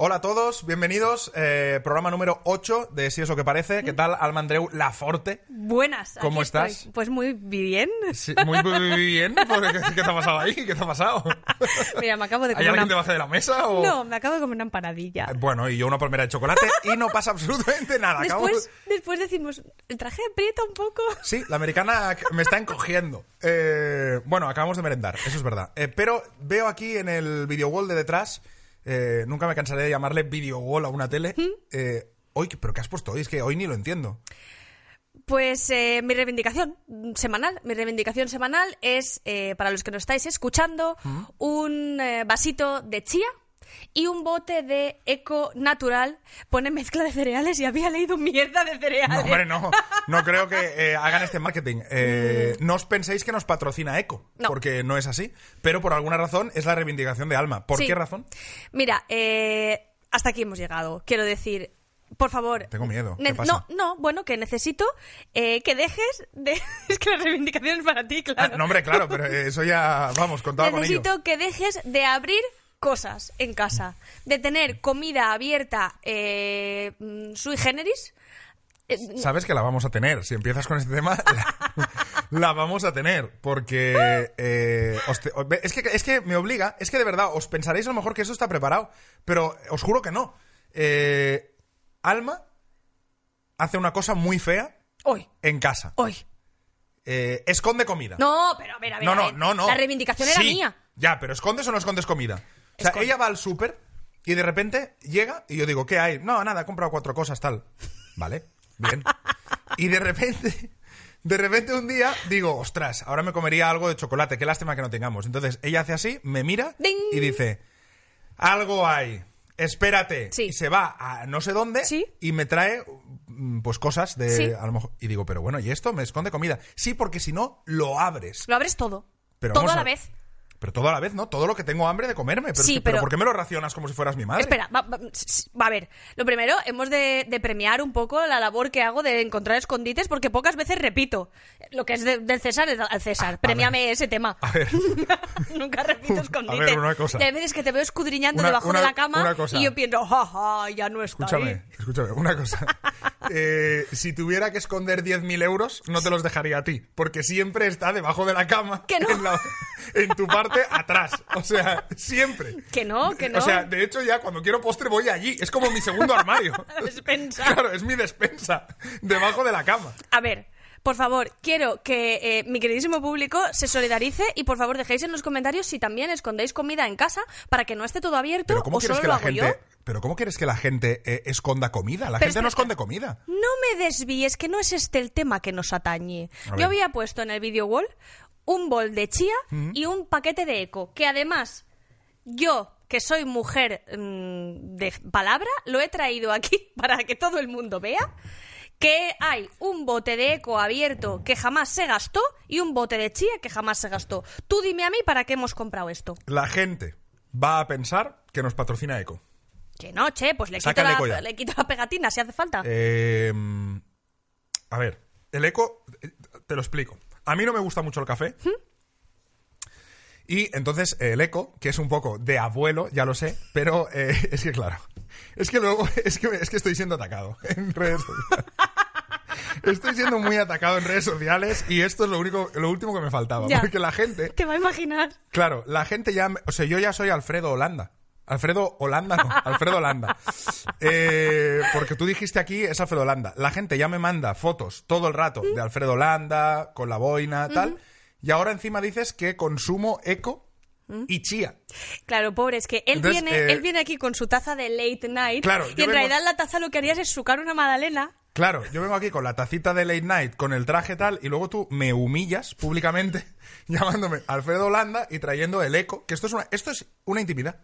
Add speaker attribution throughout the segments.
Speaker 1: Hola a todos, bienvenidos. eh, programa número 8 de Si es lo que parece. ¿Qué tal, Alma Andreu Laforte?
Speaker 2: Buenas. aquí
Speaker 1: ¿Cómo
Speaker 2: estoy.
Speaker 1: estás?
Speaker 2: Pues muy bien.
Speaker 1: Sí, muy, muy bien. porque ¿Qué qué te ha pasado ahí? ¿Qué te ha pasado?
Speaker 2: Mira, me acabo de
Speaker 1: ¿Hay
Speaker 2: comer
Speaker 1: alguien
Speaker 2: una...
Speaker 1: debajo de la mesa? O...
Speaker 2: No, me acabo de comer una empanadilla.
Speaker 1: Eh, Bueno, y yo una palmera de chocolate y no pasa absolutamente nada. Acabo-
Speaker 2: Después, después decimos, el traje aprieta un poco.
Speaker 1: Sí, la americana me está encogiendo. Eh, bueno, acabamos de merendar, eso es verdad. Eh, pero veo aquí en el video wall de detrás, eh, nunca me cansaré de llamarle video wall a una tele.
Speaker 2: ¿Mm?
Speaker 1: Eh, hoy, ¿Pero qué has puesto hoy? Es que hoy ni lo entiendo.
Speaker 2: Pues eh, mi reivindicación mm, semanal, mi reivindicación semanal es, eh, para los que nos estáis escuchando,
Speaker 1: Mm.
Speaker 2: un eh, vasito de chía y un bote de eco natural. Pone mezcla de cereales y había leído mierda de
Speaker 1: No,
Speaker 2: cereales.
Speaker 1: hombre, no. No creo que eh, hagan este marketing. Eh, no os penséis que nos patrocina Eco,
Speaker 2: Mm. No.
Speaker 1: porque no es así. Pero por alguna razón es la reivindicación de Alma. ¿Por
Speaker 2: Sí.
Speaker 1: qué razón?
Speaker 2: Mira, eh, hasta aquí hemos llegado. Quiero decir, por favor.
Speaker 1: Tengo miedo. ¿Qué
Speaker 2: ne-
Speaker 1: pasa?
Speaker 2: No, no, bueno, que necesito eh, que dejes de. es que la reivindicación es para ti,
Speaker 1: Ah,
Speaker 2: claro.
Speaker 1: no, hombre, claro, pero eh, eso ya, vamos, contaba con ello.
Speaker 2: necesito que dejes de abrir cosas en casa, de tener comida abierta eh, mm, sui generis. Eh,
Speaker 1: Sabes que la vamos a tener. Si empiezas con este tema, la, la vamos a tener. Porque. eh, os te- os- es, que, es que me obliga. Es que de verdad, os pensaréis a lo mejor que esto está preparado. Pero os juro que no. Eh, Alma hace una cosa muy fea
Speaker 2: hoy,
Speaker 1: en casa.
Speaker 2: hoy.
Speaker 1: Eh, esconde comida.
Speaker 2: No, pero a ver, a ver.
Speaker 1: no,
Speaker 2: a
Speaker 1: no,
Speaker 2: ver.
Speaker 1: no, no.
Speaker 2: La reivindicación era
Speaker 1: Sí,
Speaker 2: mía.
Speaker 1: Ya, pero ¿escondes o no escondes comida? O sea,
Speaker 2: Escondo.
Speaker 1: ella va al súper y de repente llega y yo digo, ¿qué hay? No, nada, he comprado cuatro cosas, tal. Vale, bien. Y de repente, de repente un día digo, ostras, ahora me comería algo de chocolate, qué lástima que no tengamos. Entonces ella hace así, me mira
Speaker 2: Ding.
Speaker 1: y dice, algo hay. Espérate,
Speaker 2: Sí.
Speaker 1: y se va a no sé dónde
Speaker 2: Sí.
Speaker 1: y me trae mm, pues cosas de
Speaker 2: Sí.
Speaker 1: a lo mejor y digo, pero bueno, ¿y esto me esconde comida? Sí, porque si no lo abres.
Speaker 2: Lo abres todo.
Speaker 1: Pero
Speaker 2: todo
Speaker 1: vamos
Speaker 2: a la
Speaker 1: a-
Speaker 2: vez.
Speaker 1: Pero todo a la vez, ¿no? Todo lo que tengo hambre de comerme. Pero,
Speaker 2: Sí,
Speaker 1: es que- pero
Speaker 2: pero-
Speaker 1: ¿por qué me lo racionas como si fueras mi madre?
Speaker 2: Espera, va, va- s- va a ver. Lo primero, hemos de, de premiar un poco la labor que hago de encontrar escondites, porque pocas veces repito. Lo que es de- del César es al César. Premiame ese tema.
Speaker 1: A ver,
Speaker 2: Nunca repito escondites.
Speaker 1: ver, una cosa.
Speaker 2: Y hay veces que te veo escudriñando
Speaker 1: Una-
Speaker 2: debajo
Speaker 1: una-
Speaker 2: de la cama
Speaker 1: una cosa.
Speaker 2: y yo pienso, jaja, ya no está ahí.
Speaker 1: escúchame, escúchame, una cosa. Eh, si tuviera que esconder 10.000 euros, no te los dejaría a ti. Porque siempre está debajo de la cama.
Speaker 2: Que no.
Speaker 1: En, la- en tu parte atrás. O sea, siempre.
Speaker 2: Que no, que no.
Speaker 1: O sea, de hecho ya cuando quiero postre voy allí. Es como mi segundo armario.
Speaker 2: Despensa.
Speaker 1: Claro, es mi despensa. Debajo de la cama.
Speaker 2: A ver, por favor, quiero que eh, mi queridísimo público se solidarice y por favor dejéis en los comentarios si también escondéis comida en casa para que no esté todo abierto
Speaker 1: Pero ¿cómo
Speaker 2: o solo
Speaker 1: quieres que
Speaker 2: lo
Speaker 1: la
Speaker 2: hago
Speaker 1: gente...
Speaker 2: yo.
Speaker 1: Pero ¿cómo quieres que la gente eh, esconda comida? La
Speaker 2: Pero
Speaker 1: gente no
Speaker 2: espera.
Speaker 1: esconde comida.
Speaker 2: No me desvíes, que no es este el tema que nos atañe.
Speaker 1: A ver.
Speaker 2: Yo había puesto en el video wall un bol de chía
Speaker 1: Mm.
Speaker 2: y un paquete de eco, que además yo, que soy mujer mm, de palabra, lo he traído aquí para que todo el mundo vea que hay un bote de eco abierto que jamás se gastó y un bote de chía que jamás se gastó. Tú dime a mí para qué hemos comprado esto.
Speaker 1: la gente va a pensar que nos patrocina Eco.
Speaker 2: Que no, che, pues le quito,
Speaker 1: Saca el eco ya.
Speaker 2: la, le quito la pegatina si hace falta.
Speaker 1: Eh, a ver, el Eco, eh, te lo explico. A mí no me gusta mucho el café. Y entonces eh, el Eco, que es un poco de abuelo, ya lo sé, pero eh, es que claro, es que luego, es que, es que estoy siendo atacado en redes sociales. Estoy siendo muy atacado en redes sociales y esto es lo único, lo último que me faltaba.
Speaker 2: Ya.
Speaker 1: Porque la gente
Speaker 2: Te va a imaginar.
Speaker 1: Claro, la gente ya. me- O sea, yo ya soy Alfredo Holanda. Alfredo Holanda, no, Alfredo Holanda. Eh, porque tú dijiste aquí es Alfredo Holanda. La gente ya me manda fotos todo el rato de Alfredo Holanda, con la boina, tal. Y ahora encima dices que consumo eco y chía.
Speaker 2: Claro, pobre, es que él,
Speaker 1: Entonces,
Speaker 2: viene,
Speaker 1: eh,
Speaker 2: él viene aquí con su taza de late night
Speaker 1: Claro, yo
Speaker 2: y en
Speaker 1: vengo-
Speaker 2: realidad la taza lo que harías es sucar una magdalena.
Speaker 1: Claro, yo vengo aquí con la tacita de late night, con el traje tal, y luego tú me humillas públicamente llamándome Alfredo Holanda y trayendo el eco. Que esto es una, esto es una intimidad.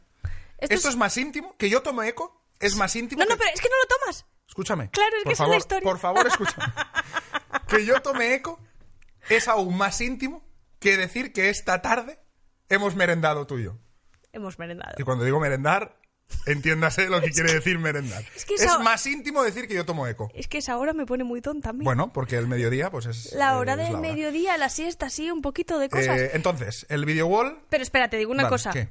Speaker 1: Esto,
Speaker 2: Esto es-
Speaker 1: es... más íntimo. Que yo tome eco es más íntimo.
Speaker 2: No, no,
Speaker 1: que-
Speaker 2: pero es que no lo tomas.
Speaker 1: Escúchame.
Speaker 2: Claro, es que
Speaker 1: por
Speaker 2: esa es la
Speaker 1: favor,
Speaker 2: historia.
Speaker 1: Por favor, escúchame. que yo tome eco es aún más íntimo que decir que esta tarde hemos merendado tuyo.
Speaker 2: Hemos merendado.
Speaker 1: Y cuando digo merendar, entiéndase lo que quiere decir merendar.
Speaker 2: es que esa-
Speaker 1: más íntimo decir que yo tomo eco.
Speaker 2: Es que esa hora me pone muy tonta a mí.
Speaker 1: Bueno, porque el mediodía, pues es.
Speaker 2: la
Speaker 1: eh,
Speaker 2: hora
Speaker 1: es
Speaker 2: del mediodía, la siesta, sí, un poquito de cosas.
Speaker 1: Eh, entonces, el video wall.
Speaker 2: Pero espera, te digo una
Speaker 1: Vale,
Speaker 2: cosa.
Speaker 1: ¿qué?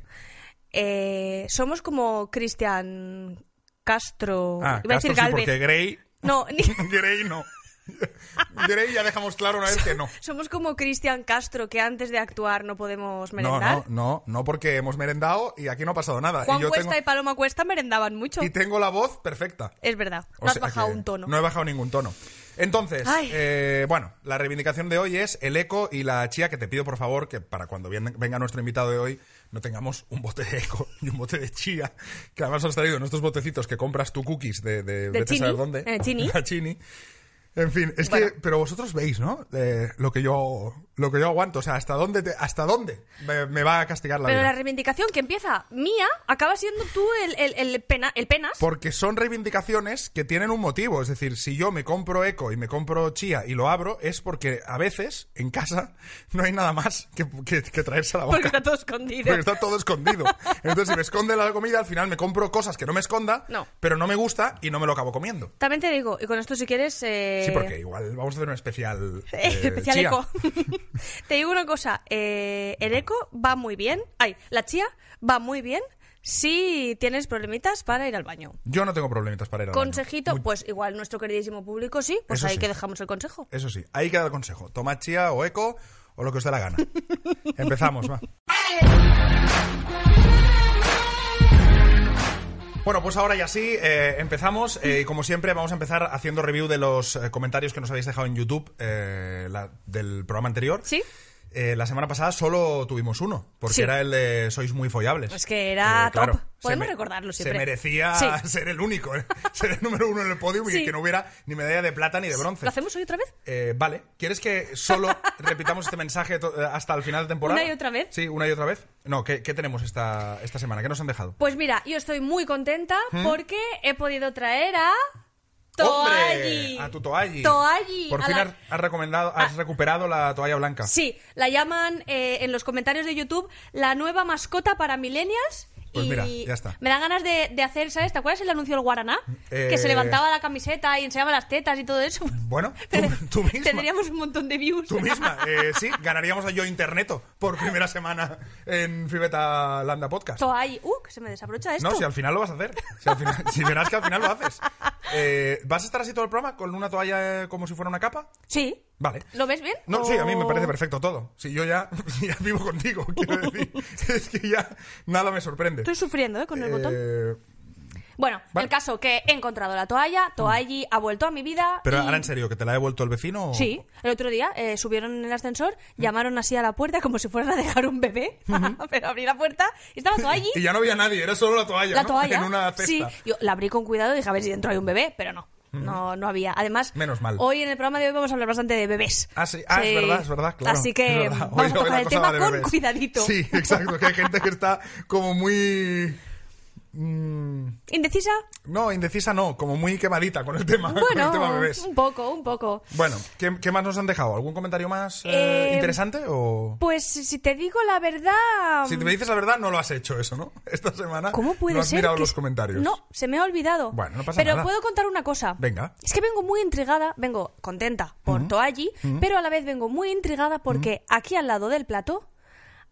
Speaker 2: eh, somos como Cristian Castro.
Speaker 1: Ah,
Speaker 2: Iba a decir
Speaker 1: Castro sí,
Speaker 2: Galvez.
Speaker 1: porque Grey.
Speaker 2: No, ni-
Speaker 1: Grey no. Grey ya dejamos claro una vez que no.
Speaker 2: somos como Cristian Castro, que antes de actuar no podemos
Speaker 1: No, no,
Speaker 2: merendar.
Speaker 1: no, no, porque hemos merendado y aquí no ha pasado nada.
Speaker 2: Juan
Speaker 1: y yo
Speaker 2: Cuesta
Speaker 1: tengo,
Speaker 2: y Paloma Cuesta merendaban mucho.
Speaker 1: y tengo la voz perfecta.
Speaker 2: Es verdad.
Speaker 1: O
Speaker 2: No has
Speaker 1: sea
Speaker 2: bajado
Speaker 1: que
Speaker 2: un tono.
Speaker 1: No he bajado ningún tono. Entonces,
Speaker 2: Ay.
Speaker 1: eh, bueno, la reivindicación de hoy es el eco y la chía, que te pido por favor que para cuando vien- venga nuestro invitado de hoy no tengamos un bote de eco y un bote de chía, que además has traído en estos botecitos que compras tú cookies de, de, vete a
Speaker 2: Chini,
Speaker 1: saber dónde.
Speaker 2: eh, Chini.
Speaker 1: A Chini. En fin, es
Speaker 2: Bueno.
Speaker 1: que, pero vosotros veis, ¿no? Eh, lo que yo, lo que yo aguanto, o sea, hasta dónde, te- hasta dónde me, me va a castigar la
Speaker 2: Pero
Speaker 1: vida.
Speaker 2: la reivindicación que empieza mía acaba siendo tú el, el, el pena- el penas.
Speaker 1: Porque son reivindicaciones que tienen un motivo. Es decir, si yo me compro eco y me compro chía y lo abro, es porque a veces en casa no hay nada más que, que- que traerse a la boca.
Speaker 2: Porque está todo escondido.
Speaker 1: Porque está todo escondido. Entonces, si me esconde la comida, al final me compro cosas que no me esconda,
Speaker 2: No.
Speaker 1: pero no me gusta y no me lo acabo comiendo.
Speaker 2: También te digo, y con esto si quieres... eh,
Speaker 1: Sí, porque igual vamos a hacer un especial.
Speaker 2: eh,
Speaker 1: eh,
Speaker 2: especial
Speaker 1: chía.
Speaker 2: eco. te digo una cosa, eh, el eco va muy bien, ay, la chía va muy bien si tienes problemitas para ir al baño.
Speaker 1: Yo no tengo problemitas para ir al baño.
Speaker 2: Consejito, pues igual nuestro queridísimo público sí, pues
Speaker 1: Eso
Speaker 2: ahí
Speaker 1: sí. Eh,
Speaker 2: que dejamos el consejo.
Speaker 1: Eso sí, ahí queda el consejo. Tomad chía o eco o lo que os dé la gana. Empezamos, va. Bueno, pues ahora ya sí, eh, empezamos. Eh, y como siempre, vamos a empezar haciendo review de los eh, comentarios que nos habéis dejado en YouTube eh, la- del programa anterior.
Speaker 2: ¿Sí?
Speaker 1: Eh, la semana pasada solo tuvimos uno, porque
Speaker 2: Sí.
Speaker 1: era el de Sois muy follables. Eh,
Speaker 2: Es que era top.
Speaker 1: se
Speaker 2: Podemos
Speaker 1: me-
Speaker 2: recordarlo
Speaker 1: Se
Speaker 2: siempre.
Speaker 1: merecía
Speaker 2: Sí.
Speaker 1: ser el único, eh, ser el número uno en el podio y
Speaker 2: Sí.
Speaker 1: que no hubiera ni medalla de plata ni de bronce.
Speaker 2: ¿Lo hacemos hoy otra vez?
Speaker 1: Eh, vale, ¿quieres que solo repitamos este mensaje to- eh, hasta el final de temporada?
Speaker 2: ¿Una y otra vez?
Speaker 1: Sí, una y otra vez. No, ¿qué, qué tenemos esta, esta semana? ¿Qué nos han dejado?
Speaker 2: Pues mira, yo estoy muy contenta
Speaker 1: ¿Mm?
Speaker 2: porque he podido traer a Toalli.
Speaker 1: ¡Hombre! A tu Toalli.
Speaker 2: Toalli,
Speaker 1: Por
Speaker 2: a
Speaker 1: fin
Speaker 2: la- Ah.
Speaker 1: has- has, recomendado, has recuperado la toalla blanca.
Speaker 2: Sí, la llaman eh, en los comentarios de YouTube la nueva mascota para millennials.
Speaker 1: Pues
Speaker 2: y
Speaker 1: mira, ya está.
Speaker 2: Me dan ganas de, de hacer, ¿sabes? ¿Te acuerdas el anuncio del Guaraná?
Speaker 1: Eh.
Speaker 2: Que se levantaba la camiseta y enseñaba las tetas y todo eso.
Speaker 1: Bueno, tú, tú misma.
Speaker 2: Tendríamos un montón de views.
Speaker 1: Tú misma, eh, sí, ganaríamos a Yo Interneto por primera semana en Fibeta Landa Podcast.
Speaker 2: Toalli. Uh, que se me desabrocha esto.
Speaker 1: No, si al final lo vas a hacer. Si, al final- si verás que al final lo haces. Eh, ¿Vas a estar así todo el programa con una toalla eh, como si fuera una capa?
Speaker 2: Sí.
Speaker 1: Vale.
Speaker 2: ¿Lo ves bien? Oh.
Speaker 1: No, sí, a mí me
Speaker 2: O-
Speaker 1: parece perfecto todo. Si yo ya, ya vivo contigo, quiero decir. es que ya nada me sorprende.
Speaker 2: Estoy sufriendo, ¿eh? Con el botón.
Speaker 1: Eh,
Speaker 2: Bueno,
Speaker 1: Vale.
Speaker 2: el caso que he encontrado la toalla, Toalli ha vuelto a mi vida.
Speaker 1: Pero
Speaker 2: y-
Speaker 1: ahora en serio, ¿que te la ha devuelto el vecino? o-
Speaker 2: Sí, el otro día eh, subieron en el ascensor,
Speaker 1: Mm.
Speaker 2: llamaron así a la puerta como si fueran a dejar un bebé, pero abrí la puerta y estaba Toalli,
Speaker 1: Y ya no había nadie, era solo la toalla.
Speaker 2: la
Speaker 1: ¿no?
Speaker 2: toalla.
Speaker 1: En una cesta.
Speaker 2: Sí, yo la abrí con cuidado y dije a ver si dentro hay un bebé, pero no, no, no había. Además,
Speaker 1: Menos mal.
Speaker 2: hoy en el programa de hoy vamos a hablar bastante de bebés.
Speaker 1: Ah, sí. Ah, es verdad, es verdad, claro.
Speaker 2: Así que
Speaker 1: Es verdad.
Speaker 2: vamos
Speaker 1: Hoy-
Speaker 2: a
Speaker 1: hoy la
Speaker 2: tocar el
Speaker 1: cosa
Speaker 2: tema
Speaker 1: va de
Speaker 2: con
Speaker 1: bebés.
Speaker 2: cuidadito.
Speaker 1: Sí, exacto, que hay gente que está como muy... mm,
Speaker 2: ¿Indecisa?
Speaker 1: no, indecisa no, como muy quemadita con el tema, con el
Speaker 2: Bueno,
Speaker 1: tema bebés.
Speaker 2: un poco, un poco.
Speaker 1: Bueno, ¿qué, qué más nos han dejado? ¿Algún comentario más eh,
Speaker 2: Eh,
Speaker 1: interesante o...?
Speaker 2: Pues si te digo la verdad...
Speaker 1: Si me dices la verdad, no lo has hecho eso, ¿no? Esta semana
Speaker 2: ¿Cómo puede
Speaker 1: no has
Speaker 2: ser
Speaker 1: mirado
Speaker 2: que
Speaker 1: los
Speaker 2: se-
Speaker 1: comentarios.
Speaker 2: No, se me ha olvidado.
Speaker 1: Bueno, no pasa
Speaker 2: pero
Speaker 1: nada.
Speaker 2: puedo contar una cosa.
Speaker 1: Venga.
Speaker 2: Es que vengo muy intrigada, vengo contenta por Toalli, pero a la vez vengo muy intrigada porque aquí al lado del plató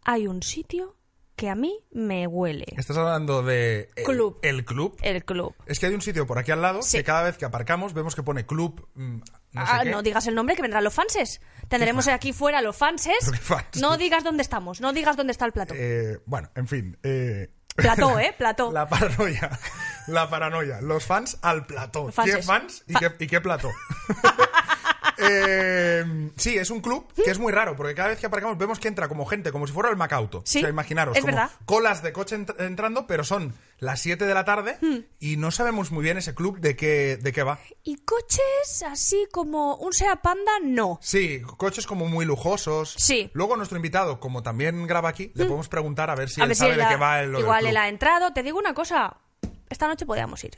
Speaker 2: hay un sitio que a mí me huele.
Speaker 1: Estás hablando de... El
Speaker 2: Club.
Speaker 1: El club.
Speaker 2: El club.
Speaker 1: Es que hay un sitio por aquí al lado
Speaker 2: Sí.
Speaker 1: que cada vez que aparcamos vemos que pone club... mm, No sé
Speaker 2: Ah,
Speaker 1: qué.
Speaker 2: no digas el nombre que vendrán los fanses. Tendremos aquí fuera los fanses.
Speaker 1: Pero qué fanses.
Speaker 2: No digas dónde estamos, no digas dónde está el plató.
Speaker 1: Eh, bueno, en fin. eh,
Speaker 2: Plató, ¿eh? Plató.
Speaker 1: La paranoia. La paranoia. Los fans al plató.
Speaker 2: Los fanses.
Speaker 1: ¿Qué fans y qué, y qué plató? Eh, sí, es un club que es muy raro, porque cada vez que aparcamos vemos que entra como gente, como si fuera el Macauto.
Speaker 2: Sí,
Speaker 1: o sea, imaginaros,
Speaker 2: es
Speaker 1: como
Speaker 2: verdad.
Speaker 1: colas de coche entr- entrando, pero son las 7 de la tarde
Speaker 2: Hmm.
Speaker 1: y no sabemos muy bien ese club de qué, de qué va.
Speaker 2: Y coches así como un Sea Panda, no.
Speaker 1: Sí, coches como muy lujosos.
Speaker 2: Sí. Hmm.
Speaker 1: Luego nuestro invitado, como también graba aquí, le podemos preguntar a ver si
Speaker 2: a
Speaker 1: él
Speaker 2: ver si
Speaker 1: sabe
Speaker 2: él
Speaker 1: de
Speaker 2: ha-
Speaker 1: qué va el lo del
Speaker 2: igual
Speaker 1: club.
Speaker 2: él ha entrado. Te digo una cosa, esta noche podíamos ir.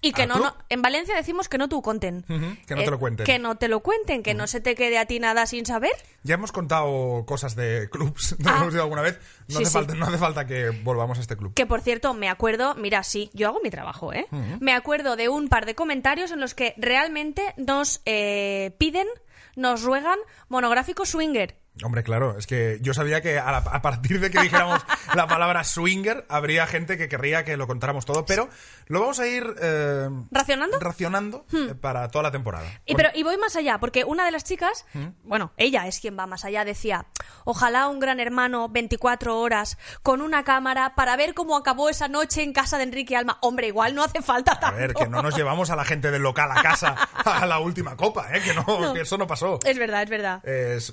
Speaker 2: Y que
Speaker 1: ¿Al
Speaker 2: no,
Speaker 1: club?
Speaker 2: no- en Valencia decimos que no tú conten.
Speaker 1: Ujú, que no te lo cuenten.
Speaker 2: Que no te lo cuenten, que no se te quede a ti nada sin saber.
Speaker 1: Ya hemos contado cosas de clubs, no
Speaker 2: Ah.
Speaker 1: hemos ido alguna vez. No,
Speaker 2: Sí,
Speaker 1: hace
Speaker 2: sí.
Speaker 1: Falta, no hace falta que volvamos a este club.
Speaker 2: Que por cierto, me acuerdo, mira, sí, yo hago mi trabajo, ¿eh? Me acuerdo de un par de comentarios en los que realmente nos eh, piden, nos ruegan monográfico swinger.
Speaker 1: Hombre, claro, es que yo sabía que a, la- a partir de que dijéramos la palabra swinger, habría gente que querría que lo contáramos todo, pero lo vamos a ir... eh,
Speaker 2: ¿Racionando? Hmm.
Speaker 1: Racionando eh, para toda la temporada.
Speaker 2: Y,
Speaker 1: Con-
Speaker 2: pero, y voy más allá, porque una de las chicas,
Speaker 1: ¿Mm?
Speaker 2: bueno, ella es quien va más allá, decía, ojalá un gran hermano 24 horas con una cámara para ver cómo acabó esa noche en casa de Enrique Alma. Hombre, igual no hace falta
Speaker 1: A
Speaker 2: tanto.
Speaker 1: ver, que no nos llevamos a la gente del local a casa a la última copa, ¿eh? Que, no, que eso no pasó.
Speaker 2: Es verdad, es verdad.
Speaker 1: Es-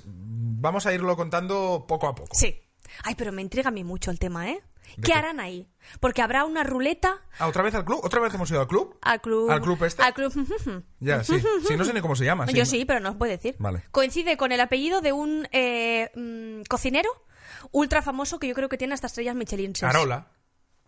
Speaker 1: vamos a irlo contando poco a poco.
Speaker 2: Sí. Ay, pero me intriga a mí mucho el tema, ¿eh? ¿Qué,
Speaker 1: qué?
Speaker 2: harán ahí? Porque habrá una ruleta
Speaker 1: Ah, ¿Otra vez al club? ¿Otra vez hemos ido al club?
Speaker 2: al club.
Speaker 1: ¿Al club este?
Speaker 2: Al club.
Speaker 1: Ya, sí. Sí, no sé ni cómo se llama.
Speaker 2: Yo sí, pero no os puede decir.
Speaker 1: Vale.
Speaker 2: Coincide con el apellido de un eh, mm, cocinero ultra famoso que yo creo que tiene hasta estrellas Michelin. seis.
Speaker 1: Arola.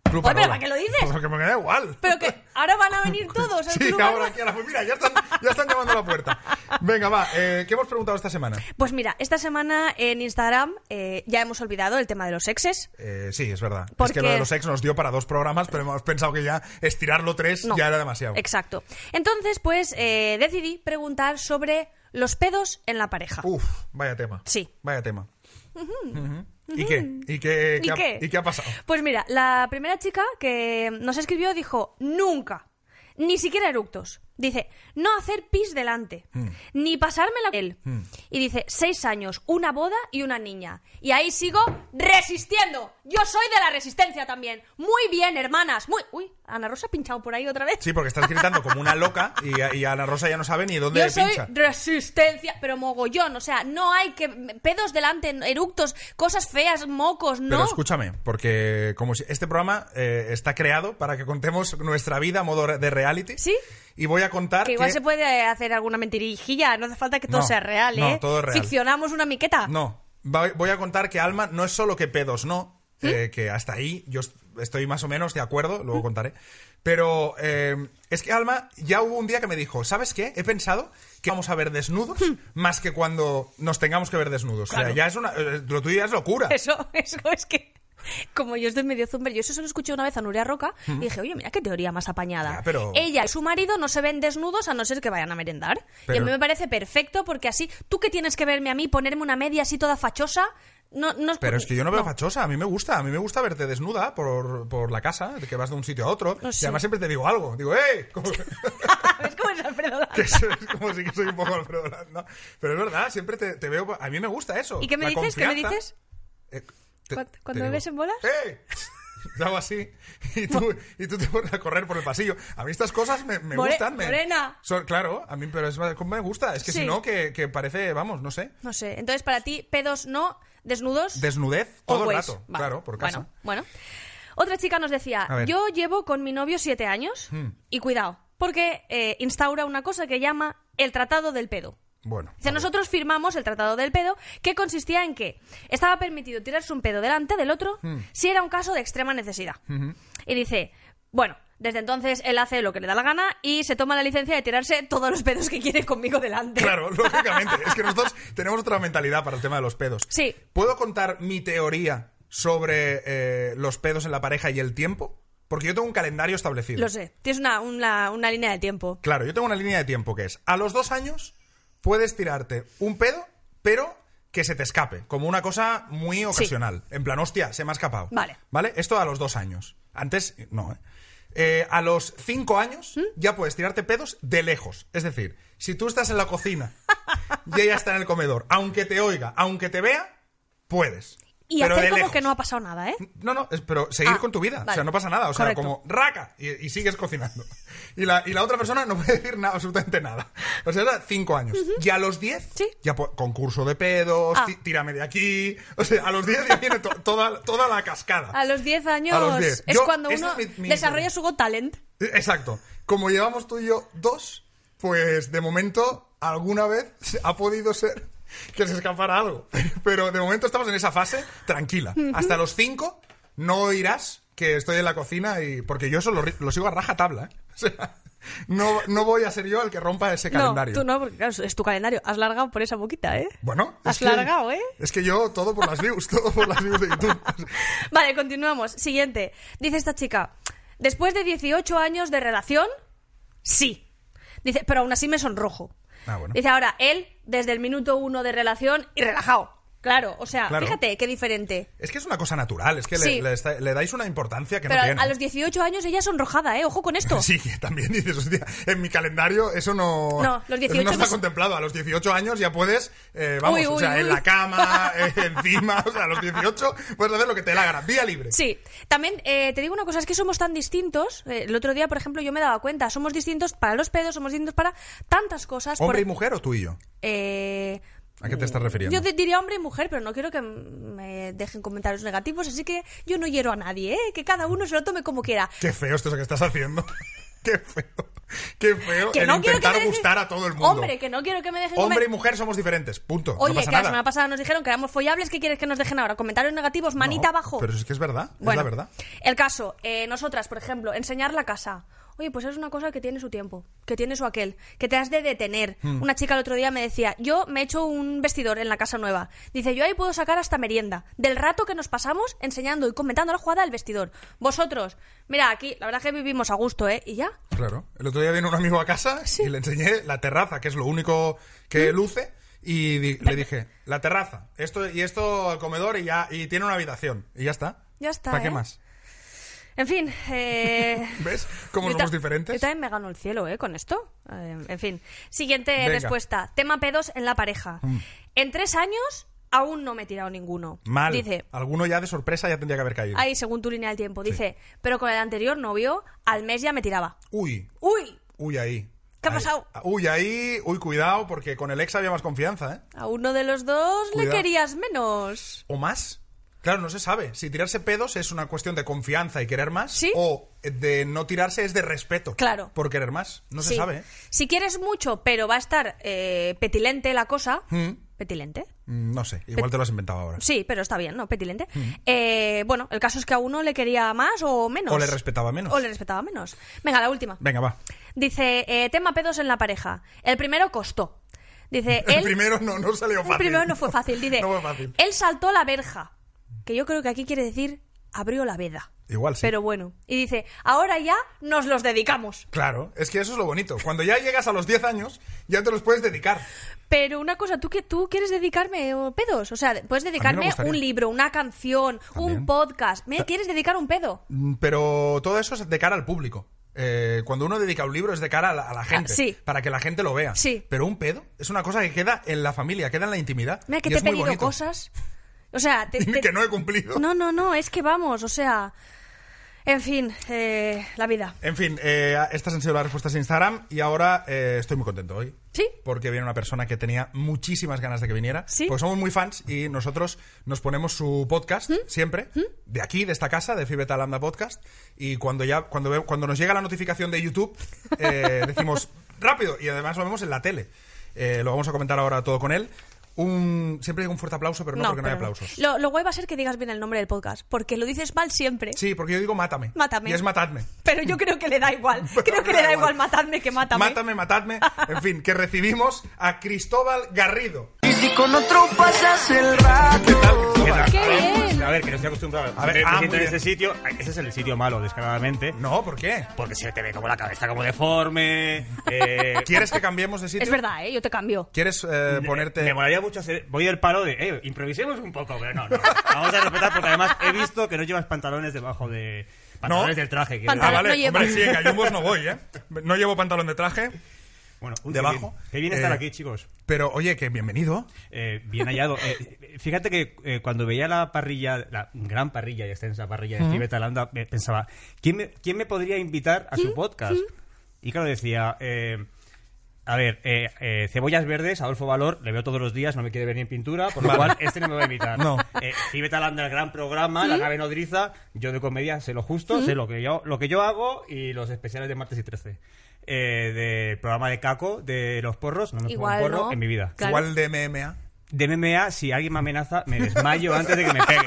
Speaker 1: Club
Speaker 2: Oye, pero
Speaker 1: Arola.
Speaker 2: ¿para qué lo dices?
Speaker 1: Pues porque me da igual.
Speaker 2: Pero que ahora van a venir todos al
Speaker 1: Sí,
Speaker 2: club.
Speaker 1: ahora
Speaker 2: Alba.
Speaker 1: aquí a la- pues Mira, ya están, ya están llamando a la puerta. Venga, va. eh, ¿Qué hemos preguntado esta semana?
Speaker 2: Pues mira, esta semana en Instagram eh, ya hemos olvidado el tema de los exes.
Speaker 1: Eh, sí, es verdad. Es
Speaker 2: Porque-
Speaker 1: que lo de los ex nos dio para dos programas, pero hemos pensado que ya estirarlo tres
Speaker 2: No.
Speaker 1: ya era demasiado.
Speaker 2: Exacto. Entonces, pues eh, decidí preguntar sobre los pedos en la pareja.
Speaker 1: Uf, vaya tema.
Speaker 2: Sí.
Speaker 1: Vaya tema. Ujú. ¿Y qué? ¿Y qué,
Speaker 2: ¿Y
Speaker 1: qué ha-
Speaker 2: qué?
Speaker 1: ¿Y qué ha pasado?
Speaker 2: Pues mira, la primera chica que nos escribió dijo, nunca, ni siquiera eructos. Dice, no hacer pis delante,
Speaker 1: Mm.
Speaker 2: ni pasármela él. Y dice, seis años, una boda y una niña. Y ahí sigo resistiendo. Yo soy de la resistencia también. Muy bien, hermanas. Muy... Uy, Ana Rosa ha pinchado por ahí otra vez.
Speaker 1: Sí, porque estás gritando como una loca y, y Ana Rosa ya no sabe ni dónde
Speaker 2: Yo soy
Speaker 1: pincha.
Speaker 2: resistencia, pero mogollón, o sea, no hay que pedos delante, eructos, cosas feas, mocos, no.
Speaker 1: Pero escúchame, porque como si este programa eh, está creado para que contemos nuestra vida a modo de reality.
Speaker 2: Sí.
Speaker 1: Y voy a contar
Speaker 2: Que
Speaker 1: que,
Speaker 2: igual se puede hacer alguna mentirijilla, no hace falta que todo
Speaker 1: No,
Speaker 2: sea real,
Speaker 1: no,
Speaker 2: ¿eh?
Speaker 1: todo es real.
Speaker 2: Ficcionamos una miqueta.
Speaker 1: no, va- voy a contar que Alma no es solo que pedos, no,
Speaker 2: ¿Mm?
Speaker 1: eh, que hasta ahí yo est- estoy más o menos de acuerdo, luego contaré. Pero eh, es que Alma ya hubo un día que me dijo, ¿sabes qué? He pensado que vamos a ver desnudos más que cuando nos tengamos que ver desnudos. O
Speaker 2: ¿Mm? Claro.
Speaker 1: sea, ya es una, eh, lo tuyo ya es locura.
Speaker 2: Eso, eso es que. Como yo estoy medio zumber, yo eso se lo escuché una vez a Nuria Roca y dije, oye, mira qué teoría más apañada.
Speaker 1: Mm. Ya, pero-
Speaker 2: Ella y su marido no se ven desnudos a no ser que vayan a merendar. Y a
Speaker 1: Pero-
Speaker 2: mí me parece perfecto porque así, tú que tienes que verme a mí, ponerme una media así toda fachosa, no, no
Speaker 1: Pero es que yo no veo
Speaker 2: no.
Speaker 1: fachosa, a mí me gusta, a mí me gusta verte desnuda por, por la casa, de que vas de un sitio a otro.
Speaker 2: No
Speaker 1: Y
Speaker 2: sé.
Speaker 1: además siempre te digo algo, digo, ¡eh! Como,
Speaker 2: ¿Ves cómo es Alfredo Landa?
Speaker 1: que es, es como si que soy un poco Alfredo Landa. Pero es verdad, siempre te, te veo, a mí me gusta eso.
Speaker 2: ¿Y qué me
Speaker 1: la
Speaker 2: dices? ¿Qué me
Speaker 1: confianza.
Speaker 2: dices?
Speaker 1: Eh, te-
Speaker 2: ¿Cuándo-
Speaker 1: te
Speaker 2: cuando me
Speaker 1: digo,
Speaker 2: ves en bolas?
Speaker 1: ¡eh! Te hago así y tú, y tú te pones a correr por el pasillo. A mí estas cosas me, me
Speaker 2: More-
Speaker 1: gustan. Me,
Speaker 2: morena.
Speaker 1: son- claro, a mí, pero es como me gusta. Es que
Speaker 2: Sí.
Speaker 1: si no, que, que parece, vamos, no sé,
Speaker 2: No sé. Entonces, para ti, pedos no, desnudos.
Speaker 1: desnudez todo
Speaker 2: Always.
Speaker 1: el rato.
Speaker 2: Vale.
Speaker 1: Claro, por casa.
Speaker 2: Bueno, bueno. Otra chica nos decía,
Speaker 1: A ver. Hmm.
Speaker 2: yo llevo con mi novio siete años y cuidado, porque eh, instaura una cosa que llama el Tratado del Pedo.
Speaker 1: Bueno,
Speaker 2: Dice,
Speaker 1: a ver.
Speaker 2: nosotros firmamos el Tratado del Pedo, que consistía en que estaba permitido tirarse un pedo delante del otro
Speaker 1: Hmm.
Speaker 2: si era un caso de extrema necesidad. Y dice, bueno, desde entonces él hace lo que le da la gana y se toma la licencia de tirarse todos los pedos que quiere conmigo delante.
Speaker 1: Claro, lógicamente. Es que nosotros tenemos otra mentalidad para el tema de los pedos.
Speaker 2: Sí.
Speaker 1: ¿Puedo contar mi teoría sobre eh, los pedos en la pareja y el tiempo? Porque yo tengo un calendario establecido.
Speaker 2: Lo sé, tienes una, una, una línea de tiempo.
Speaker 1: Claro, yo tengo una línea de tiempo que es, a los dos años puedes tirarte un pedo, pero que se te escape, como una cosa muy ocasional. En plan, hostia, se me ha escapado.
Speaker 2: Vale.
Speaker 1: ¿Vale? Esto a los dos años. Antes, no, ¿eh? Eh, a los cinco años
Speaker 2: ¿Mm?
Speaker 1: ya puedes tirarte pedos de lejos. Es decir, si tú estás en la cocina y ella está en el comedor, aunque te oiga, aunque te vea, puedes.
Speaker 2: Y
Speaker 1: Pero
Speaker 2: hacer
Speaker 1: de
Speaker 2: como
Speaker 1: lejos.
Speaker 2: que no ha pasado nada, ¿eh?
Speaker 1: No, no, es- pero seguir
Speaker 2: Ah,
Speaker 1: con tu vida. O
Speaker 2: vale.
Speaker 1: sea, no pasa nada. O sea,
Speaker 2: Correcto.
Speaker 1: como raca y, y sigues cocinando. Y la, y la otra persona no puede decir nada, absolutamente nada. O sea, era cinco años. Y a los diez,
Speaker 2: Sí.
Speaker 1: ya po- concurso de pedos,
Speaker 2: Ah.
Speaker 1: tí- tírame de aquí. O sea, a los diez ya viene to- toda, toda la cascada.
Speaker 2: A los 10 años
Speaker 1: A los 10.
Speaker 2: es
Speaker 1: Yo-
Speaker 2: cuando
Speaker 1: esa
Speaker 2: uno
Speaker 1: es mi- mi-
Speaker 2: desarrolla su Got Talent.
Speaker 1: Eh, Exacto. Como llevamos tú y yo dos, pues de momento alguna vez se- ha podido ser que se escapara algo. Pero de momento estamos en esa fase tranquila. Hasta los cinco no oirás que estoy en la cocina y porque yo eso lo, ri- lo sigo a raja tabla. ¿eh? O sea, no, no voy a ser yo el que rompa ese calendario.
Speaker 2: No, tú no, porque claro, es tu calendario. Has largado por esa boquita, ¿eh?
Speaker 1: Bueno,
Speaker 2: Has
Speaker 1: que-
Speaker 2: largado, ¿eh?
Speaker 1: Es que yo todo por las views, todo por las views de YouTube.
Speaker 2: Vale, continuamos. Siguiente. Dice esta chica, después de 18 años de relación, sí. Dice, pero aún así me sonrojo.
Speaker 1: Ah, bueno.
Speaker 2: Dice ahora, él, desde el minuto uno de relación y relajado. Claro, o sea,
Speaker 1: Claro.
Speaker 2: fíjate qué diferente.
Speaker 1: Es que es una cosa natural, es que le-
Speaker 2: Sí.
Speaker 1: le, está- le dais una importancia que
Speaker 2: Pero
Speaker 1: no
Speaker 2: a-
Speaker 1: tiene.
Speaker 2: a los 18 años ella es sonrojada, ¿eh? Ojo con esto.
Speaker 1: Sí, que también dices, hostia, en mi calendario eso no,
Speaker 2: No,
Speaker 1: eso
Speaker 2: los 18
Speaker 1: no está
Speaker 2: pues-
Speaker 1: contemplado. A los 18 años ya puedes, eh, vamos,
Speaker 2: Uy,
Speaker 1: o
Speaker 2: uy,
Speaker 1: sea, en
Speaker 2: uy.
Speaker 1: la cama, eh, encima, o sea, a los 18 puedes hacer lo que te dé la gana, vía libre.
Speaker 2: Sí, también eh, te digo una cosa, es que somos tan distintos. eh, el otro día, por ejemplo, yo me daba cuenta, somos distintos para los pedos, somos distintos para tantas cosas.
Speaker 1: ¿Hombre y
Speaker 2: por,
Speaker 1: mujer o tú y yo?
Speaker 2: eh,
Speaker 1: ¿A qué te estás refiriendo?
Speaker 2: yo di- diría hombre y mujer, pero no quiero que m- me dejen comentarios negativos, así que yo no hiero a nadie, ¿eh? que cada uno se lo tome como quiera.
Speaker 1: Qué feo esto que estás haciendo. Qué feo. Qué feo
Speaker 2: Que
Speaker 1: el
Speaker 2: no quiero que
Speaker 1: intentar
Speaker 2: me dejen-
Speaker 1: gustar a todo el mundo.
Speaker 2: Hombre, que no quiero que me dejen
Speaker 1: Hombre y
Speaker 2: comen-
Speaker 1: mujer somos diferentes, punto.
Speaker 2: Oye,
Speaker 1: no pasa
Speaker 2: que la
Speaker 1: nada.
Speaker 2: semana pasada nos dijeron que éramos follables, ¿qué quieres que nos dejen ahora? Comentarios negativos, manita
Speaker 1: No,
Speaker 2: abajo.
Speaker 1: Pero es que es verdad, es la verdad.
Speaker 2: El caso, eh, nosotras, por ejemplo, enseñar la casa. Oye, pues es una cosa que tiene su tiempo, que tiene su aquel, que te has de detener.
Speaker 1: Hmm.
Speaker 2: Una chica el otro día me decía, yo me he hecho un vestidor en la casa nueva. Dice, yo ahí puedo sacar hasta merienda, del rato que nos pasamos enseñando y comentando la jugada del vestidor. Vosotros, mira, aquí la verdad es que vivimos a gusto, ¿eh? Y ya.
Speaker 1: Claro. El otro día vino un amigo a casa y le enseñé la terraza, que es lo único
Speaker 2: ¿Mm?
Speaker 1: que luce. Y di- le dije, la terraza, esto y esto al comedor y ya, y tiene una habitación. Y ya está.
Speaker 2: Ya está,
Speaker 1: ¿Para qué
Speaker 2: ¿eh?
Speaker 1: más?
Speaker 2: En fin, eh...
Speaker 1: ¿Ves cómo
Speaker 2: yo
Speaker 1: somos
Speaker 2: ta- Yo
Speaker 1: diferentes?
Speaker 2: también me gano el cielo, ¿eh? Con esto. Eh, en fin. Siguiente
Speaker 1: Venga. Mm.
Speaker 2: respuesta. Tema pedos en la pareja. En tres años aún no me he tirado ninguno.
Speaker 1: Mal.
Speaker 2: Dice,
Speaker 1: Alguno ya de sorpresa ya tendría que haber caído.
Speaker 2: ahí según tu línea del tiempo, dice, pero con el anterior novio al mes ya me tiraba.
Speaker 1: Uy,
Speaker 2: ¡Uy!
Speaker 1: uy ahí.
Speaker 2: ¿Qué ha
Speaker 1: Ahí.
Speaker 2: pasado?
Speaker 1: Uy ahí, uy cuidado, porque con el ex había más confianza, ¿eh?
Speaker 2: A uno de los dos
Speaker 1: Cuidado.
Speaker 2: le querías menos.
Speaker 1: ¿O más? Claro, no se sabe. Si tirarse pedos es una cuestión de confianza y querer más.
Speaker 2: ¿Sí?
Speaker 1: O de no tirarse es de respeto.
Speaker 2: Claro.
Speaker 1: Por querer más. No se
Speaker 2: Sí.
Speaker 1: sabe. ¿eh?
Speaker 2: Si quieres mucho, pero va a estar eh, petilente la cosa.
Speaker 1: Mm.
Speaker 2: ¿Petilente?
Speaker 1: Mm, No sé, igual te lo has inventado ahora.
Speaker 2: Sí, pero está bien, ¿no? Petilente.
Speaker 1: Mm.
Speaker 2: Eh, bueno, el caso es que a uno le quería más o menos.
Speaker 1: O le respetaba menos.
Speaker 2: O le respetaba menos. Venga, la última.
Speaker 1: Venga, va.
Speaker 2: Dice, eh, tema pedos en la pareja. El primero costó. Dice,
Speaker 1: El
Speaker 2: él-
Speaker 1: primero no, no salió
Speaker 2: el
Speaker 1: fácil.
Speaker 2: primero no fue fácil. Dice,
Speaker 1: No fue fácil.
Speaker 2: él saltó la verja. Que yo creo que aquí quiere decir abrió la veda.
Speaker 1: Igual sí.
Speaker 2: Pero bueno. Y dice, ahora ya nos los dedicamos.
Speaker 1: Claro, es que eso es lo bonito. Cuando ya llegas a los 10 años, ya te los puedes dedicar.
Speaker 2: Pero una cosa, ¿tú, que, ¿tú quieres dedicarme eh, pedos? O sea, puedes dedicarme
Speaker 1: gustaría.
Speaker 2: un libro, una canción,
Speaker 1: También.
Speaker 2: un podcast. ¿Me quieres dedicar un pedo?
Speaker 1: Mm, Pero todo eso es de cara al público. Eh, cuando uno dedica un libro es de cara a la, a la gente,
Speaker 2: Ah, sí.
Speaker 1: para que la gente lo vea.
Speaker 2: Sí.
Speaker 1: Pero un pedo es una cosa que queda en la familia, queda en la intimidad.
Speaker 2: Mira que
Speaker 1: y
Speaker 2: te he
Speaker 1: es muy
Speaker 2: pedido
Speaker 1: bonito.
Speaker 2: cosas. O sea, te, te-
Speaker 1: que no he cumplido.
Speaker 2: No, no, no, es que vamos, o sea. En fin, eh, la vida.
Speaker 1: En fin, eh, estas han sido las respuestas en Instagram y ahora eh, estoy muy contento hoy.
Speaker 2: ¿Sí?
Speaker 1: Porque viene una persona que tenía muchísimas ganas de que viniera.
Speaker 2: ¿Sí?
Speaker 1: Pues somos muy fans y nosotros nos ponemos su
Speaker 2: ¿Mm?
Speaker 1: podcast siempre, de aquí, de esta casa, de Fibeta Lambda Podcast. Y cuando ya, cuando, ve- cuando nos llega la notificación de YouTube, eh, decimos rápido. Y además lo vemos en la tele. Eh, lo vamos a comentar ahora todo con él. Un, siempre digo un fuerte aplauso, pero no, porque no hay
Speaker 2: pero
Speaker 1: aplausos.
Speaker 2: Lo, lo guay va a ser que digas bien el nombre del podcast, porque lo dices mal siempre.
Speaker 1: Sí, porque yo digo mátame.
Speaker 2: Mátame.
Speaker 1: Y es matadme.
Speaker 2: Pero yo creo que le da igual. Creo que le da igual matadme que matadme.
Speaker 1: Mátame, matadme. En fin, que recibimos a Cristóbal Garrido.
Speaker 3: Y si con otro pasas el rato.
Speaker 1: ¿Qué tal, Cristóbal?
Speaker 2: ¡Qué
Speaker 4: A ver,
Speaker 2: bien!
Speaker 4: A ver, que no estoy acostumbrado.
Speaker 1: A
Speaker 4: A
Speaker 1: ver,
Speaker 4: ver,
Speaker 1: ah, muy
Speaker 4: en
Speaker 1: bien.
Speaker 4: ese sitio. Ese es el sitio malo, descaradamente.
Speaker 1: No, ¿por qué?
Speaker 4: Porque se te ve como la cabeza como deforme. eh,
Speaker 1: ¿Quieres que cambiemos de sitio?
Speaker 2: Es verdad, ¿eh? Yo te cambio.
Speaker 1: ¿Quieres eh, ponerte...?
Speaker 4: Me molaría mucho hacer. Voy del palo de. Eh, improvisemos un poco, pero no, no. Vamos a respetar porque además he visto que no llevas pantalones debajo de. Pantalones del traje. quiero
Speaker 1: Ah,
Speaker 4: decir.
Speaker 2: Pantalón
Speaker 1: vale.
Speaker 2: no llevo.
Speaker 1: Hombre, sí, en gallumbos no voy, ¿eh? No llevo pantalón de traje.
Speaker 4: Bueno, uy,
Speaker 1: Debajo.
Speaker 4: Qué bien, Qué bien estar
Speaker 1: Eh,
Speaker 4: aquí, chicos.
Speaker 1: Pero, oye, que bienvenido.
Speaker 4: Eh, bien hallado. Eh, fíjate que eh, cuando veía la parrilla, la gran parrilla y extensa parrilla de Fibeta Landa, me- pensaba, ¿quién me, quién me podría invitar a su podcast? Y claro, decía, eh, a ver, eh, eh, Cebollas Verdes, Adolfo Valor, le veo todos los días, no me quiere ver ni en pintura, por lo cual este no me va a invitar.
Speaker 1: No.
Speaker 4: Eh, Fibeta Landa, el gran programa, La nave nodriza, yo de comedia sé lo justo, sé lo que, yo, lo que yo hago y los especiales de martes y 13. Eh, del programa de Caco, de los porros, no me pongo un
Speaker 2: Igual,
Speaker 4: porro
Speaker 2: ¿no?
Speaker 4: en mi vida
Speaker 2: Claro.
Speaker 1: Igual de MMA.
Speaker 4: de MMA, si alguien me amenaza, me desmayo antes de que me peguen.